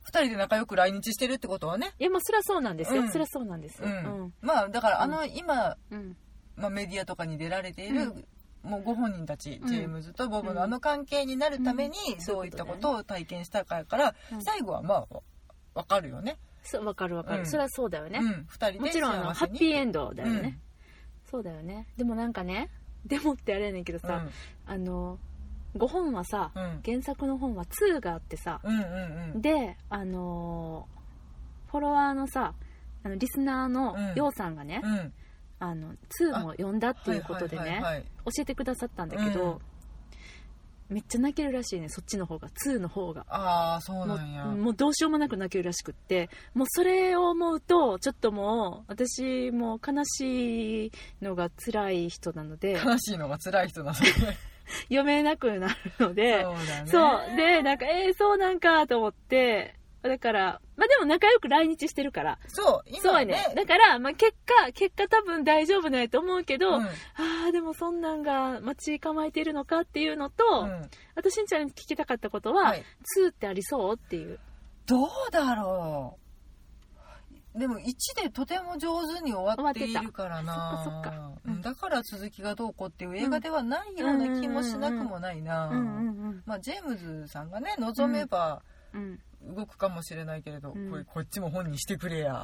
Speaker 2: 二人で仲良く来日してるってことはね、
Speaker 1: やまあそりゃそうなんですよ、
Speaker 2: うん
Speaker 1: そりゃそうなんです
Speaker 2: う
Speaker 1: よ
Speaker 2: んまあだからあの、今、
Speaker 1: うんうん
Speaker 2: まあ、メディアとかに出られている、もうご本人たち、
Speaker 1: うん
Speaker 2: ジェームズとボブ
Speaker 1: うん
Speaker 2: のあの関係になるために
Speaker 1: うん
Speaker 2: どういったことを体験したかから、
Speaker 1: うん
Speaker 2: 最後はまあわかるよね
Speaker 1: そう分かる分かる、
Speaker 2: うん
Speaker 1: そりゃそうだよね、
Speaker 2: うん、二人
Speaker 1: も
Speaker 2: で幸せ
Speaker 1: ち
Speaker 2: に
Speaker 1: ろんあのハッピーエンドだよ
Speaker 2: うん
Speaker 1: ね、そうだよねでもなんかねでもってあれやねんけどさ、
Speaker 2: うん
Speaker 1: あの5本はさ、
Speaker 2: うん
Speaker 1: 原作の本は2があってさ、
Speaker 2: うんうん
Speaker 1: であのーフォロワーのさあのリスナーの
Speaker 2: うん
Speaker 1: ようさんがね、
Speaker 2: うんうん
Speaker 1: あの2も読んだっていうことでね、
Speaker 2: はいはいはいはい
Speaker 1: 教えてくださったんだけど、めっちゃ泣けるらしいねそっちの方が2の方が
Speaker 2: ああそう
Speaker 1: も
Speaker 2: なんや
Speaker 1: うもうどうしようもなく泣けるらしくってもうそれを思うとちょっともう私もう悲しいのが辛い人なの で
Speaker 2: 悲しいのが辛い人な ので
Speaker 1: 読めなくなるので
Speaker 2: そうだね
Speaker 1: そう。で、なんか、えー、そうなんかと思って、だから、まあでも仲良く来日してるから。
Speaker 2: そう
Speaker 1: そう
Speaker 2: 今
Speaker 1: やね。だから、まあ結果、結果多分大丈夫なんやと思うけど、
Speaker 2: うん
Speaker 1: ああ、でもそんなんが待ち構えてるのかっていうのと、
Speaker 2: うん
Speaker 1: あとしんちゃんに聞きたかったことは、
Speaker 2: はい
Speaker 1: 2ってありそうっていう。
Speaker 2: どうだろうでも1でとても上手に終わっているからな
Speaker 1: 終わってたそっかそっかうん
Speaker 2: うんだから続きがどうこうっていう映画ではないような気もしなくもないな、
Speaker 1: うんうん
Speaker 2: まあ、ジェームズさんがね望めば
Speaker 1: うん。うん。
Speaker 2: 動くかもしれないけれど、
Speaker 1: うん
Speaker 2: これこっちも本にしてくれや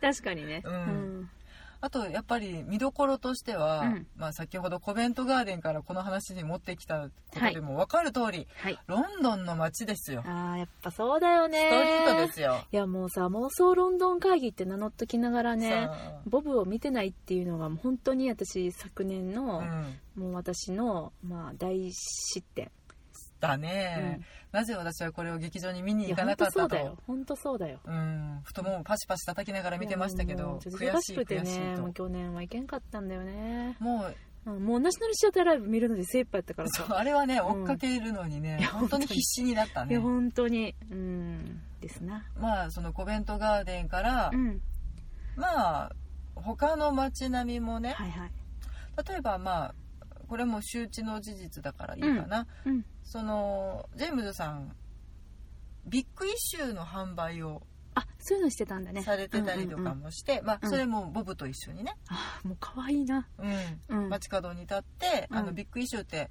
Speaker 1: 確かにね。
Speaker 2: うんあとやっぱり見どころとしては、
Speaker 1: うん
Speaker 2: まあ、先ほどコメントガーデンからこの話に持ってきたことでも分かる通り、
Speaker 1: はい。
Speaker 2: ロンドンの街ですよ
Speaker 1: ああ、やっぱそうだよ
Speaker 2: ストリート
Speaker 1: ね
Speaker 2: で。すよ、
Speaker 1: いやもうさ、妄想ロンドン会議って名乗っときながらね、
Speaker 2: さ
Speaker 1: ボブを見てないっていうのがもう本当に私昨年
Speaker 2: あ
Speaker 1: の
Speaker 2: う、ん
Speaker 1: もう私の、まあ、大失点
Speaker 2: だね、
Speaker 1: うん
Speaker 2: なぜ私はこれを劇場に見
Speaker 1: い
Speaker 2: に行
Speaker 1: や
Speaker 2: か
Speaker 1: 本
Speaker 2: なか
Speaker 1: 当
Speaker 2: っ
Speaker 1: そう
Speaker 2: た
Speaker 1: だ
Speaker 2: と
Speaker 1: よ本当そうだよ
Speaker 2: うん太ももパシパシ叩きながら見てましたけ
Speaker 1: いやもう
Speaker 2: ど
Speaker 1: ちょっと
Speaker 2: 悔
Speaker 1: 忙
Speaker 2: し
Speaker 1: し
Speaker 2: い
Speaker 1: くて
Speaker 2: 悔し
Speaker 1: ね
Speaker 2: い
Speaker 1: もう
Speaker 2: と
Speaker 1: 去年はいけんかったんだよね、
Speaker 2: もう
Speaker 1: うん、もうナショナルシアターライブ見るので精一杯やったから
Speaker 2: そう
Speaker 1: さ
Speaker 2: あれはね
Speaker 1: うん
Speaker 2: 追っかけるのにね、
Speaker 1: いや
Speaker 2: 本当に
Speaker 1: 本当
Speaker 2: 必
Speaker 1: に
Speaker 2: 死になった
Speaker 1: いや
Speaker 2: ね
Speaker 1: 本当にうんですな
Speaker 2: まあそのコベントガーデンから、
Speaker 1: うん
Speaker 2: まあ他の街並みもね
Speaker 1: はいはい
Speaker 2: 例えばまあこれも周知の事実だからいいかな、
Speaker 1: うん
Speaker 2: そのジェームズさんビッグイシューの販売を
Speaker 1: あそういうのしてたんだね
Speaker 2: されてたりと
Speaker 1: うんうんう
Speaker 2: か
Speaker 1: ん
Speaker 2: もして、ま
Speaker 1: う
Speaker 2: あ
Speaker 1: ん
Speaker 2: それもボブと一緒にね、
Speaker 1: あもう可愛いな
Speaker 2: うん、
Speaker 1: うん、
Speaker 2: 街角に立って、
Speaker 1: うん
Speaker 2: あのビッグイシューって、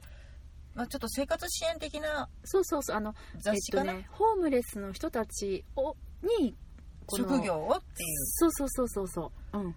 Speaker 2: まあ、ちょっと生活支援的な
Speaker 1: そうそうそうあの
Speaker 2: 雑誌かな、
Speaker 1: えっとね、ホームレスの人たちをにこの
Speaker 2: 職業をっていう
Speaker 1: そうそうそうそうそううん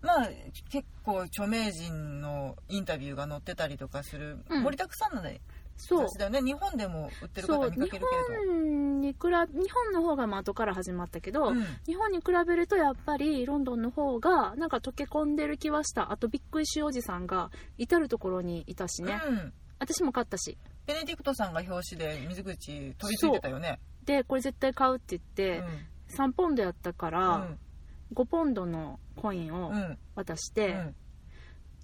Speaker 2: まあ結構著名人のインタビューが載ってたりとかする、
Speaker 1: うん
Speaker 2: 盛りだくさんのね
Speaker 1: そう
Speaker 2: 雑誌だよね日本でも売ってる
Speaker 1: そ
Speaker 2: 方
Speaker 1: う
Speaker 2: 見か
Speaker 1: 日
Speaker 2: けるけれ
Speaker 1: 本に比べ日本の方がまあ後から始まったけど、
Speaker 2: ど、うん
Speaker 1: 日本に比べるとやっぱりロンドンの方がなんか溶け込んでる気はしたあとビックイシュおじさんが至る所にいたしね、
Speaker 2: うん
Speaker 1: 私も買ったし
Speaker 2: ベネディクトさんが表紙で水口飛びついてたよね
Speaker 1: でこれ絶対買うって
Speaker 2: う
Speaker 1: 言って、
Speaker 2: ん
Speaker 1: 3ポンドやったか
Speaker 2: う
Speaker 1: ら
Speaker 2: ん
Speaker 1: 5ポンドのコインを
Speaker 2: うん
Speaker 1: 渡し
Speaker 2: う
Speaker 1: て、
Speaker 2: ん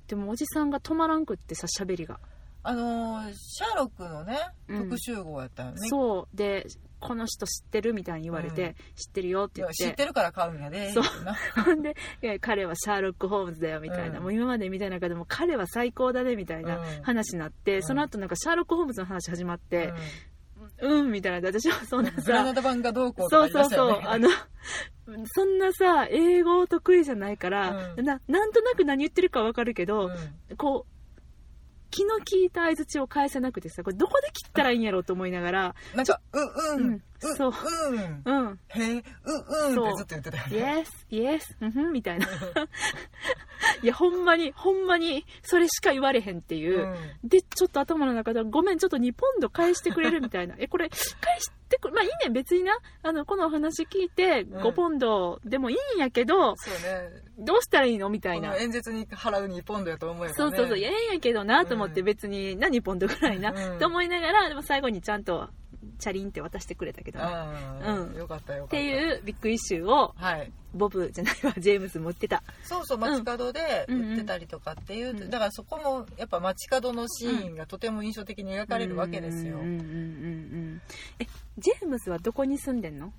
Speaker 1: でもおじさんが止まらんくってさしゃべりが、
Speaker 2: あのーシャーロックのね
Speaker 1: うん
Speaker 2: 特集号やったよね、
Speaker 1: そうでこの人知ってるみたいに言われて、
Speaker 2: うん
Speaker 1: 知ってるよって言
Speaker 2: い
Speaker 1: っ
Speaker 2: や
Speaker 1: て
Speaker 2: 知ってるから買うんやで
Speaker 1: そう
Speaker 2: ってな
Speaker 1: ほん でいや彼はシャーロック・ホームズだよみたいな、
Speaker 2: うん
Speaker 1: もう今まで見た中でも彼は最高だねみたいな
Speaker 2: うん
Speaker 1: 話になって、
Speaker 2: うん
Speaker 1: その後なんかシャーロック・ホームズの話始まって
Speaker 2: うん
Speaker 1: うん、みたいなで私はそ んな
Speaker 2: グラ
Speaker 1: さ
Speaker 2: ナダ版がどうこうと
Speaker 1: そ
Speaker 2: か言
Speaker 1: う
Speaker 2: い
Speaker 1: そう
Speaker 2: ました
Speaker 1: そ
Speaker 2: よ
Speaker 1: う
Speaker 2: ね
Speaker 1: あのそんなさ英語得意じゃないから、
Speaker 2: うん
Speaker 1: ななんとなく何言ってるかわかるけど、
Speaker 2: うん
Speaker 1: こう気の利いた相槌を返せなくてさこれどこで切ったらいいんやろうと思いながら
Speaker 2: なんか、う、うん、
Speaker 1: う
Speaker 2: うんん、
Speaker 1: そう
Speaker 2: うん
Speaker 1: 「、うん
Speaker 2: へえ、う、うんってずっと言ってたよ
Speaker 1: イ
Speaker 2: ね。
Speaker 1: エスイエスうんふん」みたいないやほんまにほんまにそれしか言われへんっていうう、
Speaker 2: ん
Speaker 1: で、ちょっと頭の中で、ごめん、ちょっと2ポンド返してくれるみたいな。え、これ、返してくれ、まあいいねん、別にな。あの、このお話聞いて、
Speaker 2: うん
Speaker 1: 5ポンドでもいいんやけど、
Speaker 2: そうね。
Speaker 1: どうしたらいいのみた
Speaker 2: こ
Speaker 1: いな
Speaker 2: の。演説に払う2ポンドやと思えばね。
Speaker 1: そうそうそう、いや、ええんやけどなと思って、
Speaker 2: うん
Speaker 1: 別に、何ポンドぐらいな、
Speaker 2: うん
Speaker 1: と思いながら、でも最後にちゃんと、チャリンって渡してくれたけどね、っ
Speaker 2: あ
Speaker 1: うん
Speaker 2: あ、よかったよかった。
Speaker 1: ていうビッグイシューを、
Speaker 2: はい。
Speaker 1: ボブじゃないわ、ジェームズも売ってた。
Speaker 2: そうそう、街角で
Speaker 1: うん
Speaker 2: 売ってたりとかっていう、
Speaker 1: うんうん
Speaker 2: だからそこも、やっぱ街角のシーンがとても印象的に描かれるわけです
Speaker 1: う
Speaker 2: よ。
Speaker 1: んうんうんうんうん。え、ジェームズはどこに住んでんの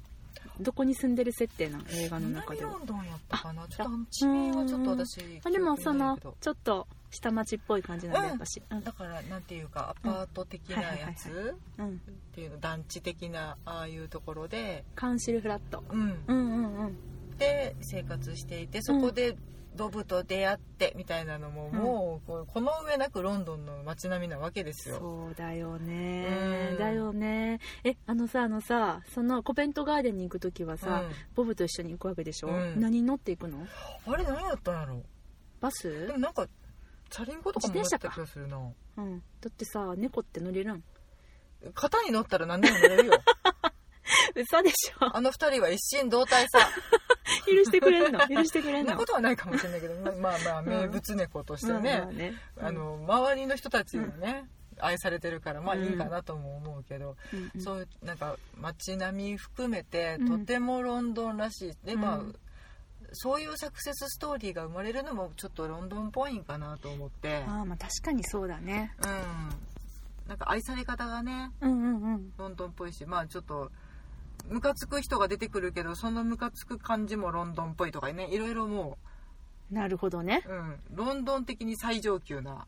Speaker 1: どこに住んでる設定なの映画の中
Speaker 2: 南
Speaker 1: では
Speaker 2: ロ。ンドンやったかなちょっとあの地名はちょっと私
Speaker 1: あでもその
Speaker 2: 記憶にないけど
Speaker 1: ちょっと下町っぽい感じなんで
Speaker 2: うん
Speaker 1: やっぱし、うん
Speaker 2: だからなんていうかアパート的なやつ、
Speaker 1: うんうん、
Speaker 2: っていうの団地的なああいうところで、
Speaker 1: カンシルフラット
Speaker 2: うん
Speaker 1: うんうんうん
Speaker 2: で生活していてそこでドブと出会ってみたいなのも、もうこうこの上なくロンドンの街並みなわけですよ。
Speaker 1: そうだよ
Speaker 2: う
Speaker 1: ね
Speaker 2: ん
Speaker 1: だよねえあのさあのさそのコベントガーデンに行く時はさ、ボブと一緒に行くわけでしょ、
Speaker 2: うん
Speaker 1: 何乗って行くの
Speaker 2: うんあれ何やったんやろ
Speaker 1: バ
Speaker 2: で
Speaker 1: ス
Speaker 2: もなんかチャリンコとかも乗ってた気がするな
Speaker 1: うん、だってさ猫って乗れ るん
Speaker 2: 肩に乗ったら何でも乗れるよ
Speaker 1: 嘘でしょ
Speaker 2: あの二人は一心同体さ
Speaker 1: 許してくれんの許してくれ
Speaker 2: そ
Speaker 1: ん
Speaker 2: んな
Speaker 1: の
Speaker 2: ことはないかもしれないけどまあまあまあ
Speaker 1: ん
Speaker 2: 名物猫として
Speaker 1: まあ
Speaker 2: ね
Speaker 1: まあね
Speaker 2: あの周りの人たちもね愛されてるからまあいいかなとも思うけど
Speaker 1: うんうん
Speaker 2: そういうなんか街並み含めて
Speaker 1: う
Speaker 2: と
Speaker 1: ん
Speaker 2: てもロンドンらしい、でまあ
Speaker 1: うん
Speaker 2: そういうサクセスストーリーが生まれるのもちょっとロンドンっぽいんかなと思って、
Speaker 1: ああまあ確かにそうだね
Speaker 2: うん、なんか愛され方がね
Speaker 1: うんうんうん
Speaker 2: ロンドンっぽいしまあちょっとムカつく人が出てくるけどそのムカつく感じもロンドンっぽいとかねいろいろも
Speaker 1: なるほどね
Speaker 2: う、うん、ロンドン的に最上級な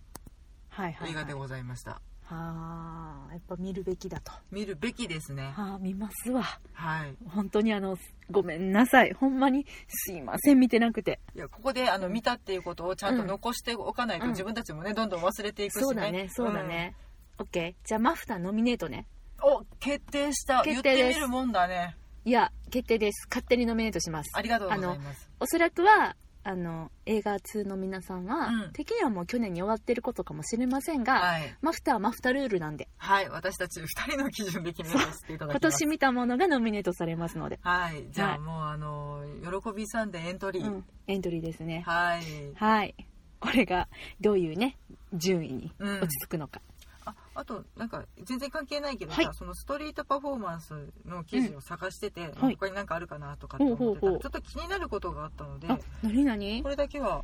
Speaker 1: はいはい、
Speaker 2: 映
Speaker 1: は
Speaker 2: 画
Speaker 1: い
Speaker 2: で、ございました、
Speaker 1: ああやっぱ見るべきだと
Speaker 2: 見るべきですね
Speaker 1: ああ見ますわ
Speaker 2: はい
Speaker 1: 本当にあのごめんなさいほんまにすいません見てなくて
Speaker 2: いやここであの見たっていうことをちゃんと残しておかないと
Speaker 1: うん
Speaker 2: 自分たちもねどんどん忘れていくしね
Speaker 1: そうだねそうだね、オッケーじゃあマフターノミネートね
Speaker 2: うんお決定した
Speaker 1: 決定です
Speaker 2: 言ってみるもんだね
Speaker 1: いや決定です勝手にノミネートします
Speaker 2: ありがとうございます
Speaker 1: おそらくはあの映画通の皆さんは、
Speaker 2: うん
Speaker 1: 的にはもう去年に終わってることかもしれませんが、
Speaker 2: はい、
Speaker 1: マフターはマフタルールなんで
Speaker 2: はい、私たち2人の基準で決めさせていただ
Speaker 1: 今
Speaker 2: きます
Speaker 1: 年見たものがノミネートされますので、
Speaker 2: はいじゃ
Speaker 1: は
Speaker 2: あ
Speaker 1: い
Speaker 2: もうあの喜びさんでエントリ
Speaker 1: う
Speaker 2: ー、
Speaker 1: ん、エントリーですね
Speaker 2: はい
Speaker 1: はいこれがどういうね順位に
Speaker 2: うん
Speaker 1: 落ち着くのか、
Speaker 2: ああとなんか全然関係ないけどさ、
Speaker 1: はい
Speaker 2: そのストリートパフォーマンスの記事を探してて、
Speaker 1: はい
Speaker 2: 他に何かあるかなとかって思ってたら、
Speaker 1: ほうほうほう
Speaker 2: ちょっと気になることがあったので
Speaker 1: あなになに
Speaker 2: これだけは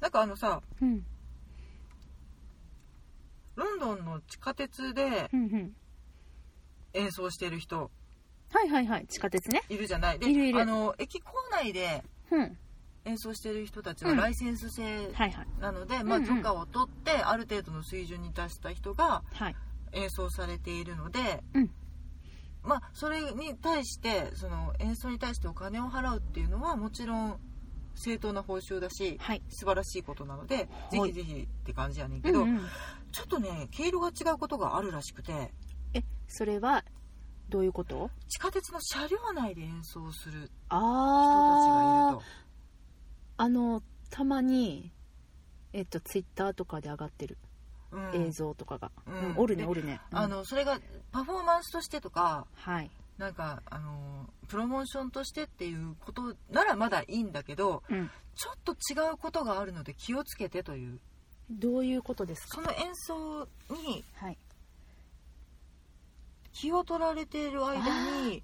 Speaker 2: なんかあのさ
Speaker 1: うん
Speaker 2: ロンドンの地下鉄で
Speaker 1: うんうん
Speaker 2: 演奏してる人
Speaker 1: はいはいはい地下鉄ね
Speaker 2: いるじゃないで
Speaker 1: いるいる
Speaker 2: あの駅構内で
Speaker 1: うん
Speaker 2: 演奏してる人たちは
Speaker 1: うん
Speaker 2: ライセンス制
Speaker 1: はいはい
Speaker 2: なので、ま
Speaker 1: う
Speaker 2: あ、
Speaker 1: んうん
Speaker 2: 許可を取ってある程度の水準に達した人が
Speaker 1: はい
Speaker 2: 演奏されているので、
Speaker 1: うん
Speaker 2: まあ、それに対してその演奏に対してお金を払うっていうのはもちろん正当な報酬だし
Speaker 1: はい
Speaker 2: 素晴らしいことなので、
Speaker 1: はい
Speaker 2: ぜひぜひって感じやねん
Speaker 1: う
Speaker 2: け
Speaker 1: ん
Speaker 2: ど、
Speaker 1: うん
Speaker 2: ちょっとね毛色が違うことがあるらしくて
Speaker 1: えそれはどういうこと
Speaker 2: 地下鉄の車両内で演奏する
Speaker 1: あ
Speaker 2: 人たちがいる
Speaker 1: あ
Speaker 2: と
Speaker 1: あのたまにえっとツイッターとかで上がってる
Speaker 2: うん
Speaker 1: 映像とかが、
Speaker 2: う
Speaker 1: うんんおるね
Speaker 2: で
Speaker 1: おるね、うん
Speaker 2: あのそれがパフォーマンスとしてとか
Speaker 1: はい
Speaker 2: なんかあのプロモーションとしてっていうことならまだいいんだけど
Speaker 1: うん
Speaker 2: ちょっと違うことがあるので気をつけてという
Speaker 1: どういうことですか
Speaker 2: その演奏に
Speaker 1: はい
Speaker 2: 気を取られている間に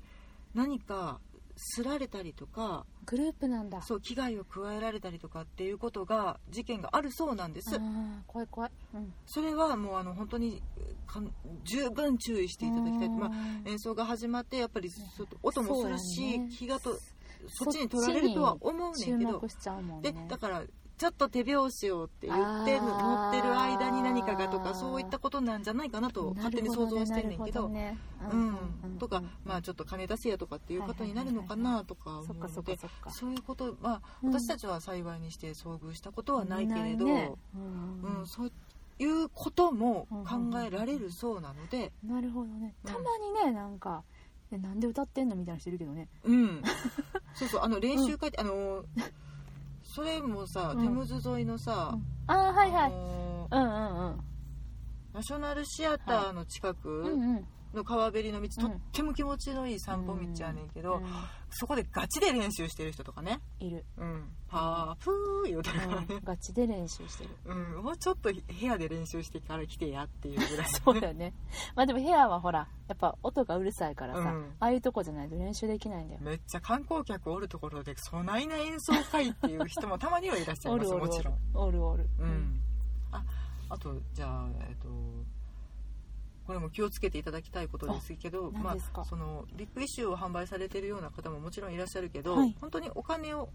Speaker 2: 何かすられたりとか
Speaker 1: グループなんだ
Speaker 2: そう危害を加えられたりとかっていうことが事件があるそうなんです
Speaker 1: あー怖い怖い、うん、
Speaker 2: それはもうあの本当にかん十分注意していただきたい、まあ、演奏が始まってやっぱりちょっと音もする
Speaker 1: そう
Speaker 2: し、
Speaker 1: やね
Speaker 2: 気がとそっちに取られるとは思うね
Speaker 1: 注
Speaker 2: んけど
Speaker 1: 目しちゃうもん
Speaker 2: で
Speaker 1: ね
Speaker 2: だからちょっと手拍子をって言って
Speaker 1: あー
Speaker 2: 乗ってる間に何かがとかそういったことなんじゃないかなと勝手に想像してんねんけ
Speaker 1: なるほど
Speaker 2: ど。う
Speaker 1: ねなるほどねうんうんん、
Speaker 2: とか、まあ、ちょっと金出せやとかっていう方になるのかなとか思
Speaker 1: そっ
Speaker 2: う
Speaker 1: かそ
Speaker 2: の
Speaker 1: っか
Speaker 2: で
Speaker 1: そっか
Speaker 2: そういうこと、まあ、
Speaker 1: うん
Speaker 2: 私たちは幸いにして遭遇したことはないけれど、
Speaker 1: ないねうん
Speaker 2: う
Speaker 1: うん
Speaker 2: ん、そういうことも
Speaker 1: うん
Speaker 2: 考えられるそうなので、
Speaker 1: なるほどね
Speaker 2: うん
Speaker 1: たまにねなんかえなんで歌ってんのみたいな人いるけどね
Speaker 2: うん、そうそうあの練習会って、あのーそれもさ、
Speaker 1: うん
Speaker 2: テムズ沿いのさ、
Speaker 1: ああはいは
Speaker 2: あ
Speaker 1: い
Speaker 2: のー
Speaker 1: うんうんうん
Speaker 2: ナショナルシアターの近
Speaker 1: う
Speaker 2: く
Speaker 1: んうん
Speaker 2: の川べりの道、
Speaker 1: うん
Speaker 2: とっても気持ちのいい散歩道やねんけど、
Speaker 1: う
Speaker 2: そこでガチで練習してる人とかね、
Speaker 1: んいる、
Speaker 2: うん、パープー言うてるから
Speaker 1: う
Speaker 2: ね
Speaker 1: ん、、ガチで練習してる
Speaker 2: うん、もうちょっと部屋で練習してから来てやっていう ぐらい
Speaker 1: そうだよねまあでも部屋はほらやっぱ音がうるさいからさ、
Speaker 2: うん
Speaker 1: ああいうとこじゃないと練習できないんだよ
Speaker 2: めっちゃ観光客おるところでそないな演奏会っていう人もたまにはいらっしゃい
Speaker 1: お
Speaker 2: ます
Speaker 1: るおる
Speaker 2: も
Speaker 1: お
Speaker 2: ち
Speaker 1: る
Speaker 2: ろん、
Speaker 1: おるおる
Speaker 2: うん、ああとじゃあえっとこれも気をつけていただきたいことですけど
Speaker 1: あ何ですか
Speaker 2: まあ、そのビッグイシューを販売されてるような方ももちろんいらっしゃるけど、
Speaker 1: はい
Speaker 2: 本当にお金を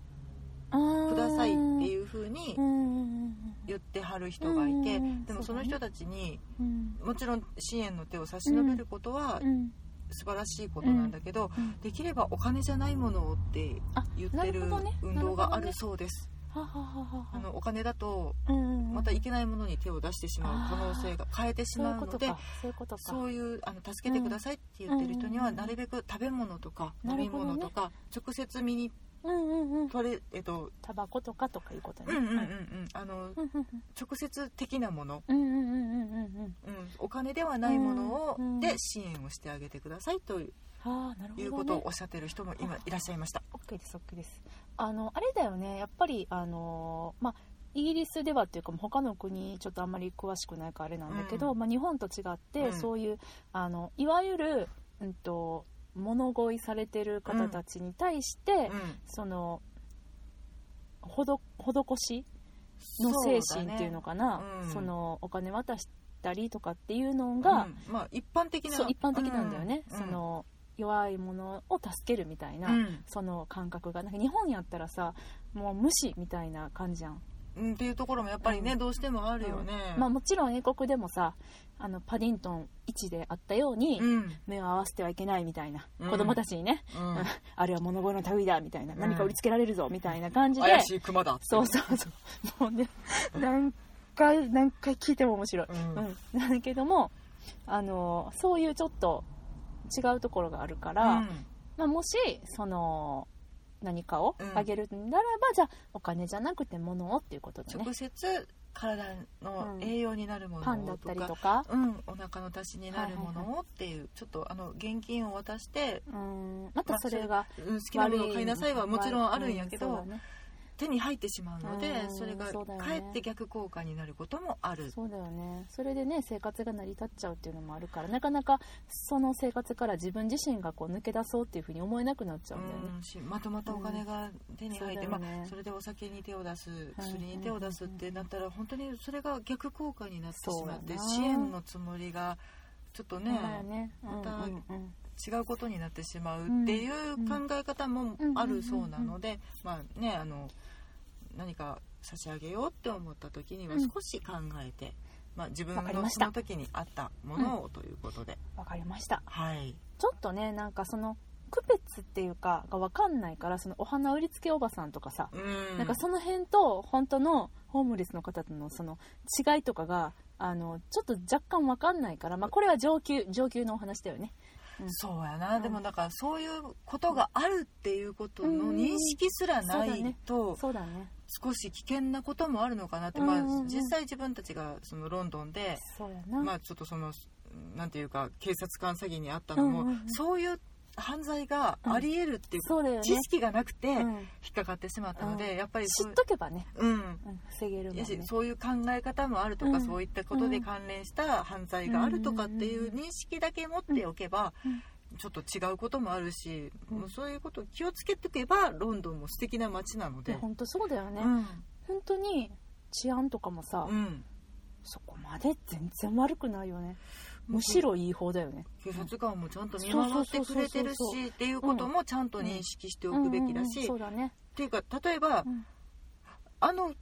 Speaker 1: あー
Speaker 2: くださいっていうふうに
Speaker 1: うんうんうん
Speaker 2: 言ってはる人がいて、
Speaker 1: うん
Speaker 2: でもその人たちに
Speaker 1: うん
Speaker 2: もちろん支援の手を差し伸べることは
Speaker 1: うん
Speaker 2: 素晴らしいことなんだけど、
Speaker 1: うん
Speaker 2: できればお金じゃないものをって
Speaker 1: あ
Speaker 2: 言っ
Speaker 1: な
Speaker 2: て
Speaker 1: る
Speaker 2: る
Speaker 1: ほどね
Speaker 2: 運動があ
Speaker 1: なるほどね
Speaker 2: るそうです、
Speaker 1: はははは
Speaker 2: あのお金だと
Speaker 1: うんうんうん
Speaker 2: またいけないものに手を出してしまう可能性が変えてし
Speaker 1: そうい
Speaker 2: ま
Speaker 1: う
Speaker 2: う
Speaker 1: こ
Speaker 2: の
Speaker 1: と
Speaker 2: で
Speaker 1: かそういうことか
Speaker 2: そういうあの助けてくださいって言ってる人に
Speaker 1: うん
Speaker 2: は
Speaker 1: うん
Speaker 2: なるべく食べ物とか
Speaker 1: な
Speaker 2: 飲み
Speaker 1: るほどね
Speaker 2: 物とか直接見に
Speaker 1: うんうんうん
Speaker 2: 取れえっと
Speaker 1: タバコとかとかいうこと
Speaker 2: う
Speaker 1: ね
Speaker 2: んうんうんう
Speaker 1: はい
Speaker 2: んあの
Speaker 1: うんうん
Speaker 2: 直接的なもの、
Speaker 1: うんうんうんうんうんうん
Speaker 2: うん、お金ではないものを、
Speaker 1: うんうん
Speaker 2: で支援をしてあげてくださいとい
Speaker 1: ああなるほど、ね、
Speaker 2: うことをおっしゃってる人も今いらっしゃいました、
Speaker 1: OK です OK ですあのあれだよねやっぱりあのまあイギリスではっていうか他の国ちょっとあんまり詳しくないからあれなんだけど、
Speaker 2: う
Speaker 1: まあ、日本と違って、
Speaker 2: うん
Speaker 1: そういうあのいわゆる、うん、と物乞いされてる方たちに対して、
Speaker 2: うん
Speaker 1: そのほど施しの精神っていうのかな
Speaker 2: そ
Speaker 1: そ,、
Speaker 2: うだねうん
Speaker 1: のお金渡したりとかっていうの
Speaker 2: そう
Speaker 1: が
Speaker 2: だ、ねうんまあ一般的な
Speaker 1: そう一般的なんだよね、
Speaker 2: うん
Speaker 1: その弱いものを助けるみたいな、
Speaker 2: うん
Speaker 1: その感覚がなんか日本やったらさもう無視みたいな感じやん、
Speaker 2: うん、っていうところもやっぱりね、
Speaker 1: うん
Speaker 2: どうしてもあるよね、
Speaker 1: まあ、もちろん英国でもさあのパディントン1であったように、
Speaker 2: うん
Speaker 1: 目を合わせてはいけないみたいな、
Speaker 2: うん
Speaker 1: 子供たちにね、
Speaker 2: うん
Speaker 1: うんあれは物乞いの類だみたいな、
Speaker 2: うん
Speaker 1: 何か売りつけられるぞみたいな感じで
Speaker 2: 怪しい熊だって
Speaker 1: そうそうそうもうね何回何回聞いても面白い、
Speaker 2: うん
Speaker 1: うんなんだけどもあのそういうちょっと違うところがあるか
Speaker 2: う
Speaker 1: ら、まあ、もしその何かを
Speaker 2: うん
Speaker 1: あげるならば、じゃあお金じゃなくて物をっていうことだ
Speaker 2: ん
Speaker 1: ね
Speaker 2: 直接体の栄養になるものを
Speaker 1: パンだったり
Speaker 2: と
Speaker 1: とか
Speaker 2: かうん、お腹の足しになるも
Speaker 1: はいは
Speaker 2: のをっていう、ちょっとあの現金を渡して、
Speaker 1: うんまたそれが
Speaker 2: うん、好きなも
Speaker 1: 悪い
Speaker 2: のを買いなさいはもちろんあるんやけど、
Speaker 1: うそうだね
Speaker 2: 手に入ってしまうので、
Speaker 1: うん
Speaker 2: それが
Speaker 1: そうだよね
Speaker 2: かえって逆効果になることもある
Speaker 1: そうだよねそれでね生活が成り立っちゃうっていうのもあるからなかなかその生活から自分自身がこう抜け出そうっていうふうに思えなくなっちゃうんだよね、
Speaker 2: うんしまとまったお金が手に入って、
Speaker 1: うんそうだよね
Speaker 2: まあ、それでお酒に手を出す
Speaker 1: はい
Speaker 2: 薬に手を出すってなったら本当にそれが逆効果になってしまっ
Speaker 1: そう
Speaker 2: て
Speaker 1: やな
Speaker 2: 支援のつもりがちょっとね
Speaker 1: ほんまやねうん
Speaker 2: また
Speaker 1: うんうん
Speaker 2: 違うことになってしまうっていう考え方もあるそうなので、まあねあの何か差し上げようって思った時には
Speaker 1: うん
Speaker 2: 少し考えて、まあ、自分
Speaker 1: わかり
Speaker 2: の
Speaker 1: まし
Speaker 2: そ
Speaker 1: た
Speaker 2: の時にあったものをということで、
Speaker 1: わかりました
Speaker 2: はい。
Speaker 1: ちょっとねなんかその区別っていうかがわかんないからそのお花売りつけおばさんとかさ、
Speaker 2: うん
Speaker 1: なんかその辺と本当のホームレスの方とのその違いとかがあのちょっと若干わかんないから、まあ、これは上級上級のお話だよね。
Speaker 2: そうや
Speaker 1: う
Speaker 2: な、
Speaker 1: ん
Speaker 2: でもだからそういうことがあるっていうことの認識すらな
Speaker 1: うんそうだ
Speaker 2: い
Speaker 1: ね
Speaker 2: と
Speaker 1: そうだね。
Speaker 2: 少し危険なこともあるのかなって、
Speaker 1: うん
Speaker 2: ま
Speaker 1: う
Speaker 2: あ
Speaker 1: んうん、
Speaker 2: 実際自分たちがそのロンドンで、
Speaker 1: そうやな。
Speaker 2: まあ、ちょっとそのなんていうか警察官詐欺にあったのも、
Speaker 1: うんうんうん
Speaker 2: そういう犯罪があり得るっていう
Speaker 1: そうだよね。
Speaker 2: 知識がなくて
Speaker 1: う
Speaker 2: 引
Speaker 1: ん
Speaker 2: っかかってしまったので、
Speaker 1: う
Speaker 2: やっぱり
Speaker 1: 知
Speaker 2: そう
Speaker 1: っとけばね、
Speaker 2: うん
Speaker 1: うん、防げるもん
Speaker 2: やし
Speaker 1: ね。
Speaker 2: そういう考え方もあると
Speaker 1: う
Speaker 2: か、
Speaker 1: ん
Speaker 2: そういったことで関連した犯罪があるとかっていう認識だけ持っておけば、
Speaker 1: うん
Speaker 2: ちょっと違うこともあるし、
Speaker 1: うん
Speaker 2: もうそういうことを気をつけておけばロンドンも素敵な街なので、
Speaker 1: 本当そうだよね。
Speaker 2: うん
Speaker 1: 本当に治安とかもさ、
Speaker 2: うん
Speaker 1: そこまで全然悪くないよね。むしろいい方だよね。
Speaker 2: 警察官もちゃんと見守ってくれてる
Speaker 1: そうそうそうそう
Speaker 2: しっていうこともちゃんと認識しておくべきだ
Speaker 1: うんうんうん
Speaker 2: し、
Speaker 1: そう
Speaker 2: っ
Speaker 1: だね。
Speaker 2: ていうか例えば、
Speaker 1: うん
Speaker 2: あの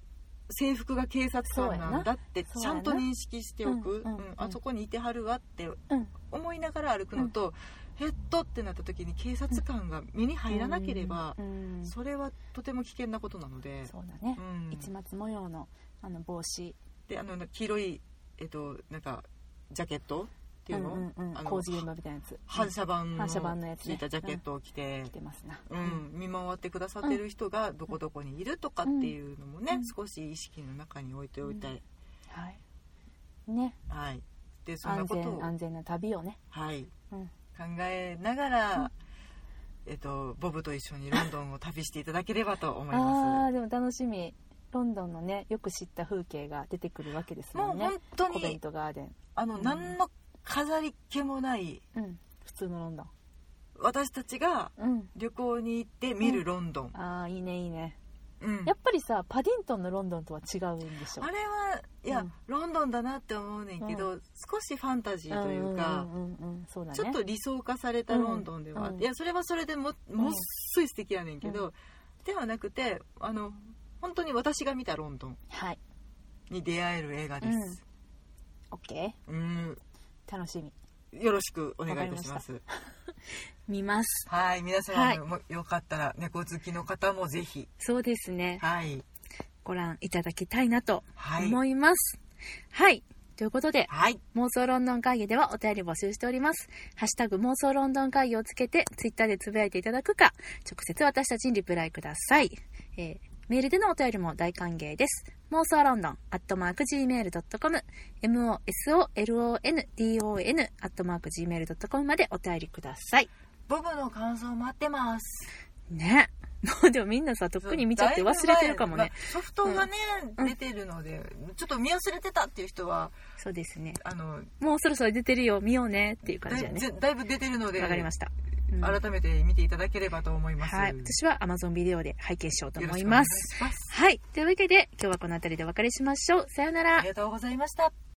Speaker 2: 制服が警察官なんだって
Speaker 1: そう
Speaker 2: ち
Speaker 1: や
Speaker 2: ゃ
Speaker 1: なん
Speaker 2: と認識しておく、
Speaker 1: そうやなうん
Speaker 2: うん
Speaker 1: うん
Speaker 2: あそこにいてはるわって
Speaker 1: うん
Speaker 2: 思いながら歩くのと、ヘッドってなった時に警察官が目に入らなければ、
Speaker 1: うん
Speaker 2: それはとても危険なことなので、
Speaker 1: そうだね
Speaker 2: う。ん
Speaker 1: 市松模様のあの帽子、
Speaker 2: であの黄色い、えっと、なんかジャケットっていうの,、
Speaker 1: うんうんうん、
Speaker 2: あ
Speaker 1: 工
Speaker 2: の
Speaker 1: 事現場みたいなやつ
Speaker 2: 反射板の
Speaker 1: 反射板のやつ
Speaker 2: つ
Speaker 1: ね
Speaker 2: いたジャケットを着て
Speaker 1: 着。てますな、
Speaker 2: うん、見回ってくださってる人がどこどこにいるとかっていうのもね、
Speaker 1: うん
Speaker 2: 少し意識の中に置いておいたい、
Speaker 1: はいね
Speaker 2: はいでそんな
Speaker 1: 安
Speaker 2: ことを
Speaker 1: 全、安全な旅をね、
Speaker 2: はい、
Speaker 1: うん、
Speaker 2: 考えながら、えっと、ボブと一緒にロンドンを旅していただければと思い
Speaker 1: あ
Speaker 2: ま
Speaker 1: ーでも楽しみロンドンのねよく知った風景が出てくるわけです
Speaker 2: すも
Speaker 1: も
Speaker 2: うん
Speaker 1: ね
Speaker 2: 本当
Speaker 1: コベン
Speaker 2: に
Speaker 1: トガーデン、
Speaker 2: あの
Speaker 1: うん
Speaker 2: 何の飾り気もない
Speaker 1: うん、普通のロンドン、
Speaker 2: 私たちが
Speaker 1: うん、
Speaker 2: 旅行に行って見るロンドン、
Speaker 1: ああいいねいいね
Speaker 2: うん
Speaker 1: やっぱりさパディントンのロンドンとは違うんでしょ
Speaker 2: あれはいや、
Speaker 1: うん
Speaker 2: ロンドンだなって思うねんけど、少しファンタジーというか、
Speaker 1: うんうんうんうんそうだね
Speaker 2: ちょっと理想化されたロンドンではあって、
Speaker 1: うん
Speaker 2: いやそれはそれでももっすい素敵やねんけど、ではなくてあの本当に私が見たロンドン
Speaker 1: はい
Speaker 2: に出会える映画です、
Speaker 1: OK
Speaker 2: うん、
Speaker 1: 楽しみ
Speaker 2: よろしくお願いいたします
Speaker 1: 見ます
Speaker 2: はい皆さん、
Speaker 1: はい
Speaker 2: もよかったら猫好きの方もぜひ
Speaker 1: そうですね
Speaker 2: はい
Speaker 1: ご覧いただきたいなと
Speaker 2: はい
Speaker 1: 思います。はい。ということで、
Speaker 2: はい。
Speaker 1: 妄想ロンドン会議ではお便り募集しております。ハッシュタグ妄想ロンドン会議をつけて、ツイッターでつぶやいていただくか、直接私たちにリプライください。えーメールでのお便りも大歓迎です。妄想ロンドン、アットマーク gmail.com、mosolondon、アットマーク gmail.com までお便りください。
Speaker 2: ボブの感想待ってます。
Speaker 1: ね。 もうでもみんなさ、とっくに見ちゃって忘れてるかも
Speaker 2: だ
Speaker 1: ね
Speaker 2: いぶ。前。ソフトがね、
Speaker 1: うん
Speaker 2: 出てるので、ちょっと見忘れてたっていう人は、
Speaker 1: そうですね。
Speaker 2: あの、
Speaker 1: もうそろそろ出てるよ、見ようねっていう感
Speaker 2: だ
Speaker 1: じだ
Speaker 2: い
Speaker 1: ね。
Speaker 2: ぜだいぶ出てるので、
Speaker 1: わかりました。うん
Speaker 2: 改めて見ていただければと思います。
Speaker 1: はい。
Speaker 2: よろし
Speaker 1: 私は Amazon ビデオで拝見しようと
Speaker 2: くお
Speaker 1: 思
Speaker 2: 願
Speaker 1: い
Speaker 2: い
Speaker 1: ます。
Speaker 2: します。
Speaker 1: はい。というわけで、今日はこの辺りでお別れしましょう。さようなら
Speaker 2: あり。がとうございました。